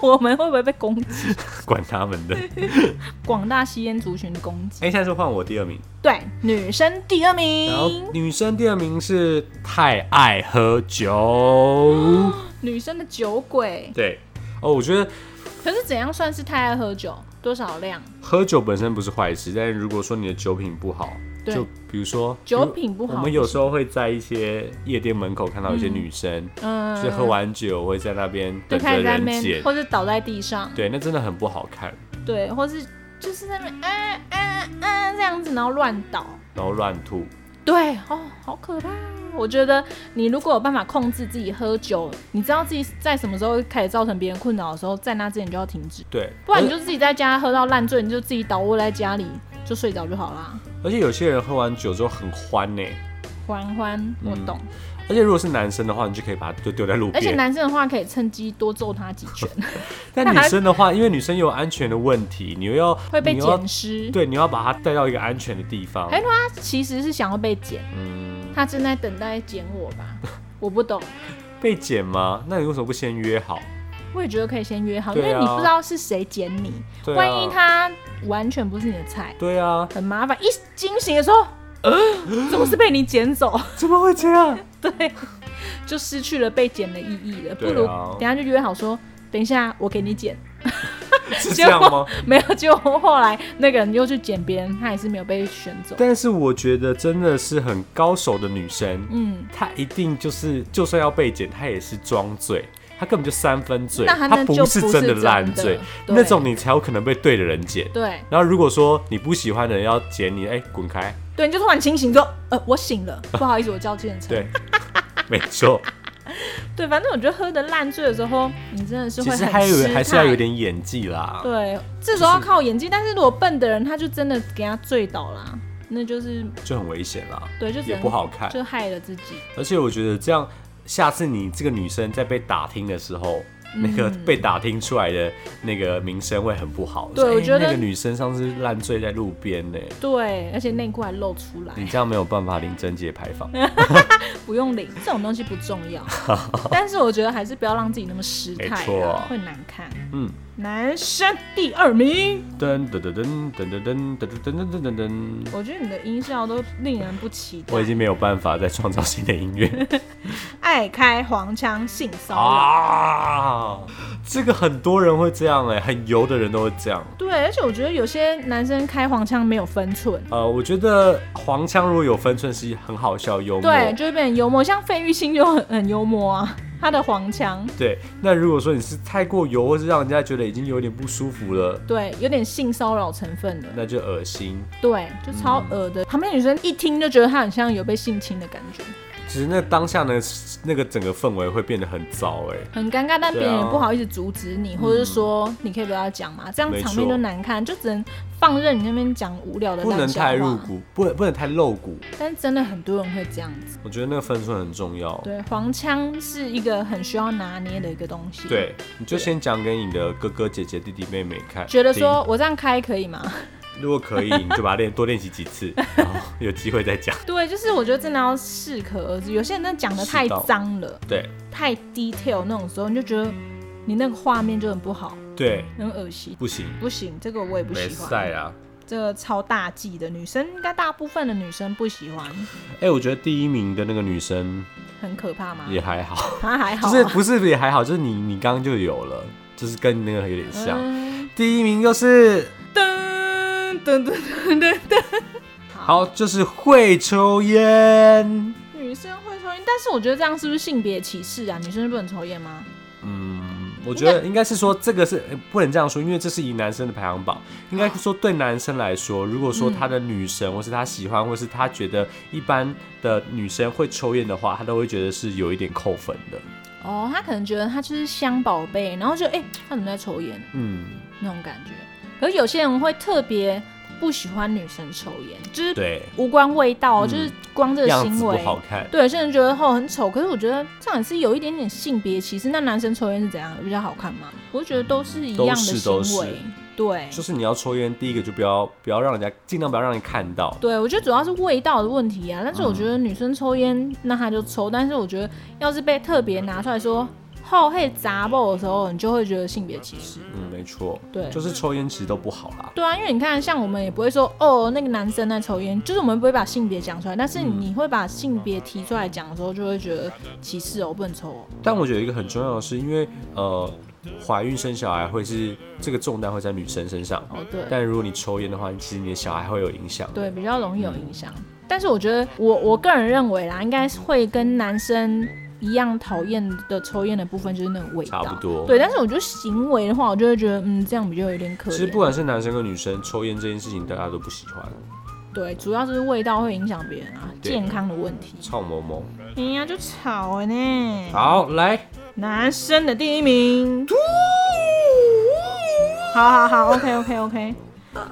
Speaker 3: 我们会不会被攻击？
Speaker 1: 管他们的。
Speaker 3: 广大吸烟族群的攻击？
Speaker 1: 哎、现在是换我第二名，
Speaker 3: 对，女生第二名
Speaker 1: 然，后女生第二名是太爱喝酒，
Speaker 3: 女生的酒鬼。
Speaker 1: 对。哦，我觉得
Speaker 3: 可是怎样算是太爱喝酒？多少量？
Speaker 1: 喝酒本身不是坏事，但是如果说你的酒品不好，
Speaker 3: 对
Speaker 1: 就比如说
Speaker 3: 酒品不好
Speaker 1: 我们有时候会在一些夜店门口看到一些女生，
Speaker 3: 嗯，
Speaker 1: 就是喝完酒会在那边
Speaker 3: 就
Speaker 1: 等
Speaker 3: 开
Speaker 1: 着
Speaker 3: 始在那
Speaker 1: 人捡
Speaker 3: 边，，或者倒在地上，
Speaker 1: 对，那真的很不好看，
Speaker 3: 对，或是就是在那边啊啊啊这样子，然后乱倒，
Speaker 1: 然后乱吐，
Speaker 3: 对，哦，好可怕。我觉得你如果有办法控制自己喝酒，你知道自己在什么时候开始造成别人困扰的时候，在那之前就要停止，
Speaker 1: 对，
Speaker 3: 不然你
Speaker 1: 而
Speaker 3: 就自己在家喝到烂醉，你就自己倒卧在家里就睡着就好啦。
Speaker 1: 而且有些人喝完酒之后很欢呢、
Speaker 3: 欢欢，我懂。
Speaker 1: 而且如果是男生的话，你就可以把它就丢在路
Speaker 3: 而且
Speaker 1: 边。
Speaker 3: 男生的话，可以趁机多揍他几 拳，
Speaker 1: 但女生的话，因为女生有安全的问题，你又要
Speaker 3: 会被
Speaker 1: 你又要
Speaker 3: 捡尸。
Speaker 1: 对，你要把它带到一个安全的地方。
Speaker 3: 哎他其实是想要被捡，
Speaker 1: 嗯，
Speaker 3: 他正在等待捡我 吧？我不懂，
Speaker 1: 被捡吗？那你为什么不先约好？
Speaker 3: 我也觉得可以先约好，因
Speaker 1: 对啊
Speaker 3: 为你不知道是谁捡你，
Speaker 1: 对啊，
Speaker 3: 万一他完全不是你的菜，
Speaker 1: 对啊，
Speaker 3: 很麻烦。一惊醒的时候， 呃，怎么是被你捡走？
Speaker 1: 怎么会这样？
Speaker 3: 对，就失去了被捡的意义了。不
Speaker 1: 对啊
Speaker 3: 如等一下就约好说，等一下我给你捡。
Speaker 1: 是这样吗？
Speaker 3: 没有，结果后来那个人又去捡别人，他也是没有被选走。
Speaker 1: 但是我觉得真的是很高手的女生，
Speaker 3: 嗯，
Speaker 1: 她一定就是就算要被捡，她也是装醉。她根本就三分醉，
Speaker 3: 那她那
Speaker 1: 她
Speaker 3: 就
Speaker 1: 是
Speaker 3: 不
Speaker 1: 真
Speaker 3: 是
Speaker 1: 的
Speaker 3: 真
Speaker 1: 烂
Speaker 3: 的
Speaker 1: 醉，
Speaker 3: 对
Speaker 1: 那种你才有可能被对的人捡。
Speaker 3: 对
Speaker 1: 然后如果说你不喜欢的人要捡你，哎、滚开！
Speaker 3: 对，你就突然清醒之后，呃，我 醒了，不好意思，我叫健身。
Speaker 1: 对， 没 错。
Speaker 3: 对，反正我觉得喝的烂醉的时候，你真的是
Speaker 1: 其
Speaker 3: 会
Speaker 1: 实
Speaker 3: 很
Speaker 1: 还有
Speaker 3: 失态
Speaker 1: 还是要有。点演技啦。
Speaker 3: 对，这时候要靠演技，但是如果笨的人，他就真的给他醉倒啦，那就是
Speaker 1: 就很危险啦，
Speaker 3: 对，就只
Speaker 1: 也
Speaker 3: 能
Speaker 1: 不好看。
Speaker 3: 就害了自己。
Speaker 1: 而且我觉得这样，下次你这个女生在被打听的时候，那个
Speaker 3: 嗯
Speaker 1: 被打听出来的那个名声会很不好。
Speaker 3: 对
Speaker 1: 说
Speaker 3: 我
Speaker 1: 哎
Speaker 3: 觉得
Speaker 1: 那个女生上次烂醉在路边呢，
Speaker 3: 对，而且内裤还露出来，
Speaker 1: 你这样没有办法领贞节牌 坊。
Speaker 3: 不用领，这种东西不重 要。但是我觉得还是不要让自己那么失态
Speaker 1: 没错
Speaker 3: 啊，会难看。
Speaker 1: 嗯，
Speaker 3: 男生第二名，
Speaker 1: 噔噔噔噔噔噔噔噔噔噔噔噔，
Speaker 3: 我觉得你的音效都令人不期待。
Speaker 1: 我已经没有办法再创造新的音 乐
Speaker 3: 爱开黄腔性骚扰。
Speaker 1: 啊！这个很多人会这样哎，很油的人都会这样。
Speaker 3: 对，而且我觉得有些男生开黄腔没有分寸，
Speaker 1: 呃，我觉得黄腔如果有分寸是很好笑幽默。
Speaker 3: 对，就会变得幽默。像费玉清就很很幽默啊，他的黄腔，
Speaker 1: 对，那如果说你是太过油，或是让人家觉得已经有点不舒服了，
Speaker 3: 对，有点性骚扰成分的，
Speaker 1: 那就恶心。嗯
Speaker 3: 对，就超恶的。旁边女生一听就觉得他很像有被性侵的感觉，
Speaker 1: 其实那当下呢，那个整个氛围会变得很糟哎、
Speaker 3: 很尴尬，但别
Speaker 1: 对啊嗯
Speaker 3: 人也不好意思阻止你，或者是说你可以不要讲嘛，这样
Speaker 1: 没
Speaker 3: 场面
Speaker 1: 错
Speaker 3: 就难看，就只能放任你那边讲无聊的
Speaker 1: 不能
Speaker 3: 烂笑话
Speaker 1: 太入骨，不能不能太露骨。
Speaker 3: 但真的很多人会这样子。
Speaker 1: 我觉得那个分寸很重要。
Speaker 3: 对，黄腔是一个很需要拿捏的一个东西。，
Speaker 1: 对，你就先讲给你的哥哥、姐姐、弟弟、妹妹看，
Speaker 3: 嗯觉得说我这样开可以吗？
Speaker 1: 听，如果可以，你就把它练多练习几次，然后有机会再讲。
Speaker 3: 对，就是我觉得真的要适可而止。有些人真的讲的太
Speaker 1: 适当
Speaker 3: 脏了，
Speaker 1: 对
Speaker 3: 太 detail 那种时候，你就觉得你那个画面就很不好，
Speaker 1: 对，
Speaker 3: 很恶心。
Speaker 1: 不行，
Speaker 3: 不行，这个我也不
Speaker 1: 没
Speaker 3: 喜
Speaker 1: 赛
Speaker 3: 欢。
Speaker 1: 啊。
Speaker 3: 这个超大忌的，女生应该大部分的女生不喜欢，
Speaker 1: 哎、我觉得第一名的那个女生
Speaker 3: 很可怕吗？
Speaker 1: 也还好，
Speaker 3: 她 还好、
Speaker 1: 就
Speaker 3: 啊，
Speaker 1: 是不是也还好，就是你你刚刚就有了，就是跟那个有点像。
Speaker 3: 嗯
Speaker 1: 第一名就是
Speaker 3: 噔噔噔噔噔噔，
Speaker 1: 好，就是会抽烟。
Speaker 3: 女生会抽烟，但是我觉得这样是不是性别歧视啊？女生是不能抽烟吗？
Speaker 1: 嗯，我觉得应该是说这个是呃不能这样说，因为这是以男生的排行榜。应该说对男生来说，如果说他的女神或是他喜欢或是他觉得一般的女生会抽烟的话，他都会觉得是有一点扣分的。
Speaker 3: 哦，她可能觉得她就是香宝贝，然后就哎，她、怎么在抽烟
Speaker 1: 嗯，
Speaker 3: 那种感觉。可是有些人会特别不喜欢女生抽烟，就是
Speaker 1: 对，
Speaker 3: 无关味道，哦
Speaker 1: 嗯
Speaker 3: 就是光这个
Speaker 1: 样子
Speaker 3: 行
Speaker 1: 不
Speaker 3: 为。
Speaker 1: 好看。
Speaker 3: 对，有些人觉得吼很丑，可是我觉得这样也是有一点点性别歧视。那男生抽烟是怎样比较好看吗？我就觉得都是一样的行
Speaker 1: 都
Speaker 3: 为，
Speaker 1: 是都是
Speaker 3: 对。
Speaker 1: 就是你要抽烟，第一个就不要不要让人家尽量不要让人看到。
Speaker 3: 对，我觉得主要是味道的问题啊。但是我觉得女生抽烟，那她就抽。但是我觉得，要是被特别拿出来说“后黑杂爆”的时候，你就会觉得性别歧视。
Speaker 1: 嗯，没错，
Speaker 3: 对
Speaker 1: 就是抽烟其实都不好啦。
Speaker 3: 对啊，因为你看，像我们也不会说哦，那个男生在抽烟，就是我们不会把性别讲出来，但是
Speaker 1: 嗯
Speaker 3: 你会把性别提出来讲的时候，就会觉得歧视哦，不能抽哦。
Speaker 1: 但我觉得一个很重要的是，因为呃，怀孕生小孩会是这个重担会在女生身上。
Speaker 3: 哦，对。
Speaker 1: 但如果你抽烟的话，其实你的小孩会有影响。
Speaker 3: 对，比较容易有影响。但是我觉得我我个人认为啦，应该是会跟男生一样讨厌的抽烟的部分就是那个味道，
Speaker 1: 差不多
Speaker 3: 对，但是我觉得行为的话，我就会觉得嗯，这样比较有点可
Speaker 1: 其实不
Speaker 3: 怜。
Speaker 1: 管是男生跟女生，抽烟这件事情大家都不喜欢。
Speaker 3: 对，主要就是味道会影响别人啊，
Speaker 1: 对
Speaker 3: 健康的问题。
Speaker 1: 臭某某，
Speaker 3: 哎呀，就吵了呢。
Speaker 1: 好，来，
Speaker 3: 男生的第一名。好好好，OK OK OK。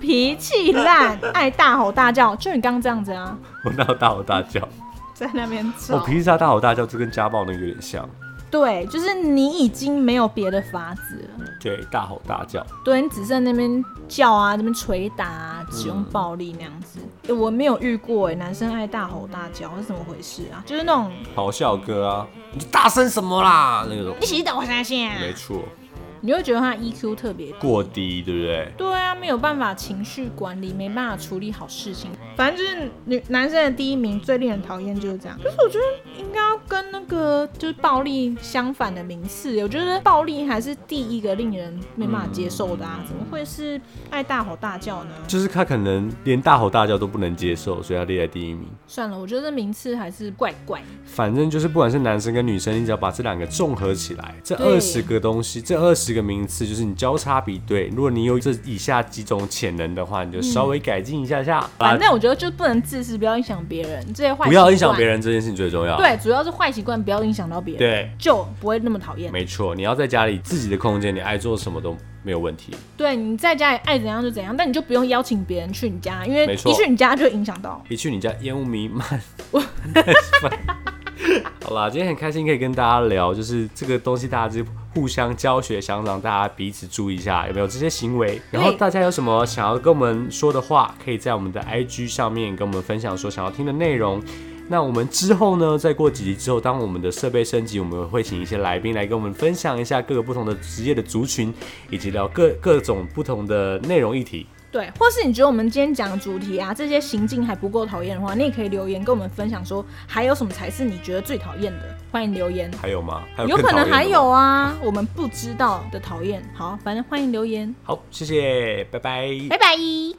Speaker 3: 脾气烂，爱大吼大叫，就你刚刚这样子啊，
Speaker 1: 我哪有大吼大叫？
Speaker 3: 在那边吵。
Speaker 1: 我平时他大吼大叫，就跟家暴那个有点像。
Speaker 3: 对，就是你已经没有别的法子了，
Speaker 1: 对，大吼大叫，
Speaker 3: 对你只剩那边叫啊，那边捶打啊，使用暴力那样子。诶我没有遇过哎、男生爱大吼大叫是怎么回事啊？就是那种
Speaker 1: 咆哮哥啊，你就大声什么啦？那种
Speaker 3: 你，洗澡啥线啊？
Speaker 1: 没错，
Speaker 3: 你会觉得他 EQ 特别低。
Speaker 1: 过低，对不对？
Speaker 3: 对啊，没有办法情绪管理，没办法处理好事情。反正就是女男生的第一名最令人讨厌就是这样。可是我觉得应该要跟那个就是暴力相反的名次，我觉得暴力还是第一个令人没办法接受的啊，怎么会是爱大吼大叫呢？
Speaker 1: 就是他可能连大吼大叫都不能接受，所以他列在第一名。
Speaker 3: 算了，我觉得这名次还是怪怪的。
Speaker 1: 反正就是不管是男生跟女生，你只要把这两个综合起来，这
Speaker 3: 对
Speaker 1: 二十个东西，这二十个名次，就是你交叉比对。如果你有这以下几种潜能的话，你就稍微改进一下下，
Speaker 3: 反正我觉得就不能自私，不要影响别人，这些坏习惯
Speaker 1: 不要影响别。人这件事情最重要。
Speaker 3: 对，主要是坏习惯不要影响到别人，
Speaker 1: 对，
Speaker 3: 就不会那么讨厌。
Speaker 1: 没错，你要在家里自己的空间，你爱做什么都没有问题，
Speaker 3: 对，你在家里爱怎样就怎样，但你就不用邀请别人去你家，因为
Speaker 1: 没错
Speaker 3: 一去你家就会影响到。
Speaker 1: 一去你家烟雾弥漫。 好啦，今天很开心可以跟大家聊，就是这个东西，大家就互相教学相长，大家彼此注意一下有没有这些行为。然后大家有什么想要跟我们说的话，可以在我们的 IG 上面跟我们分享说想要听的内容。那我们之后呢，再过几集之后，当我们的设备升级，我们会请一些来宾来跟我们分享一下各个不同的职业的族群，以及聊各各种不同的内容议题。
Speaker 3: 对，或是你觉得我们今天讲的主题啊，这些行径还不够讨厌的话，你也可以留言跟我们分享说，还有什么才是你觉得最讨厌的，欢迎留言。
Speaker 1: 还有吗？还有
Speaker 3: 有
Speaker 1: 更
Speaker 3: 可能
Speaker 1: 呃讨厌的吗
Speaker 3: 还有啊，我们不知道的讨厌。好，反正欢迎留言，
Speaker 1: 好，谢谢，拜拜。
Speaker 3: 拜拜。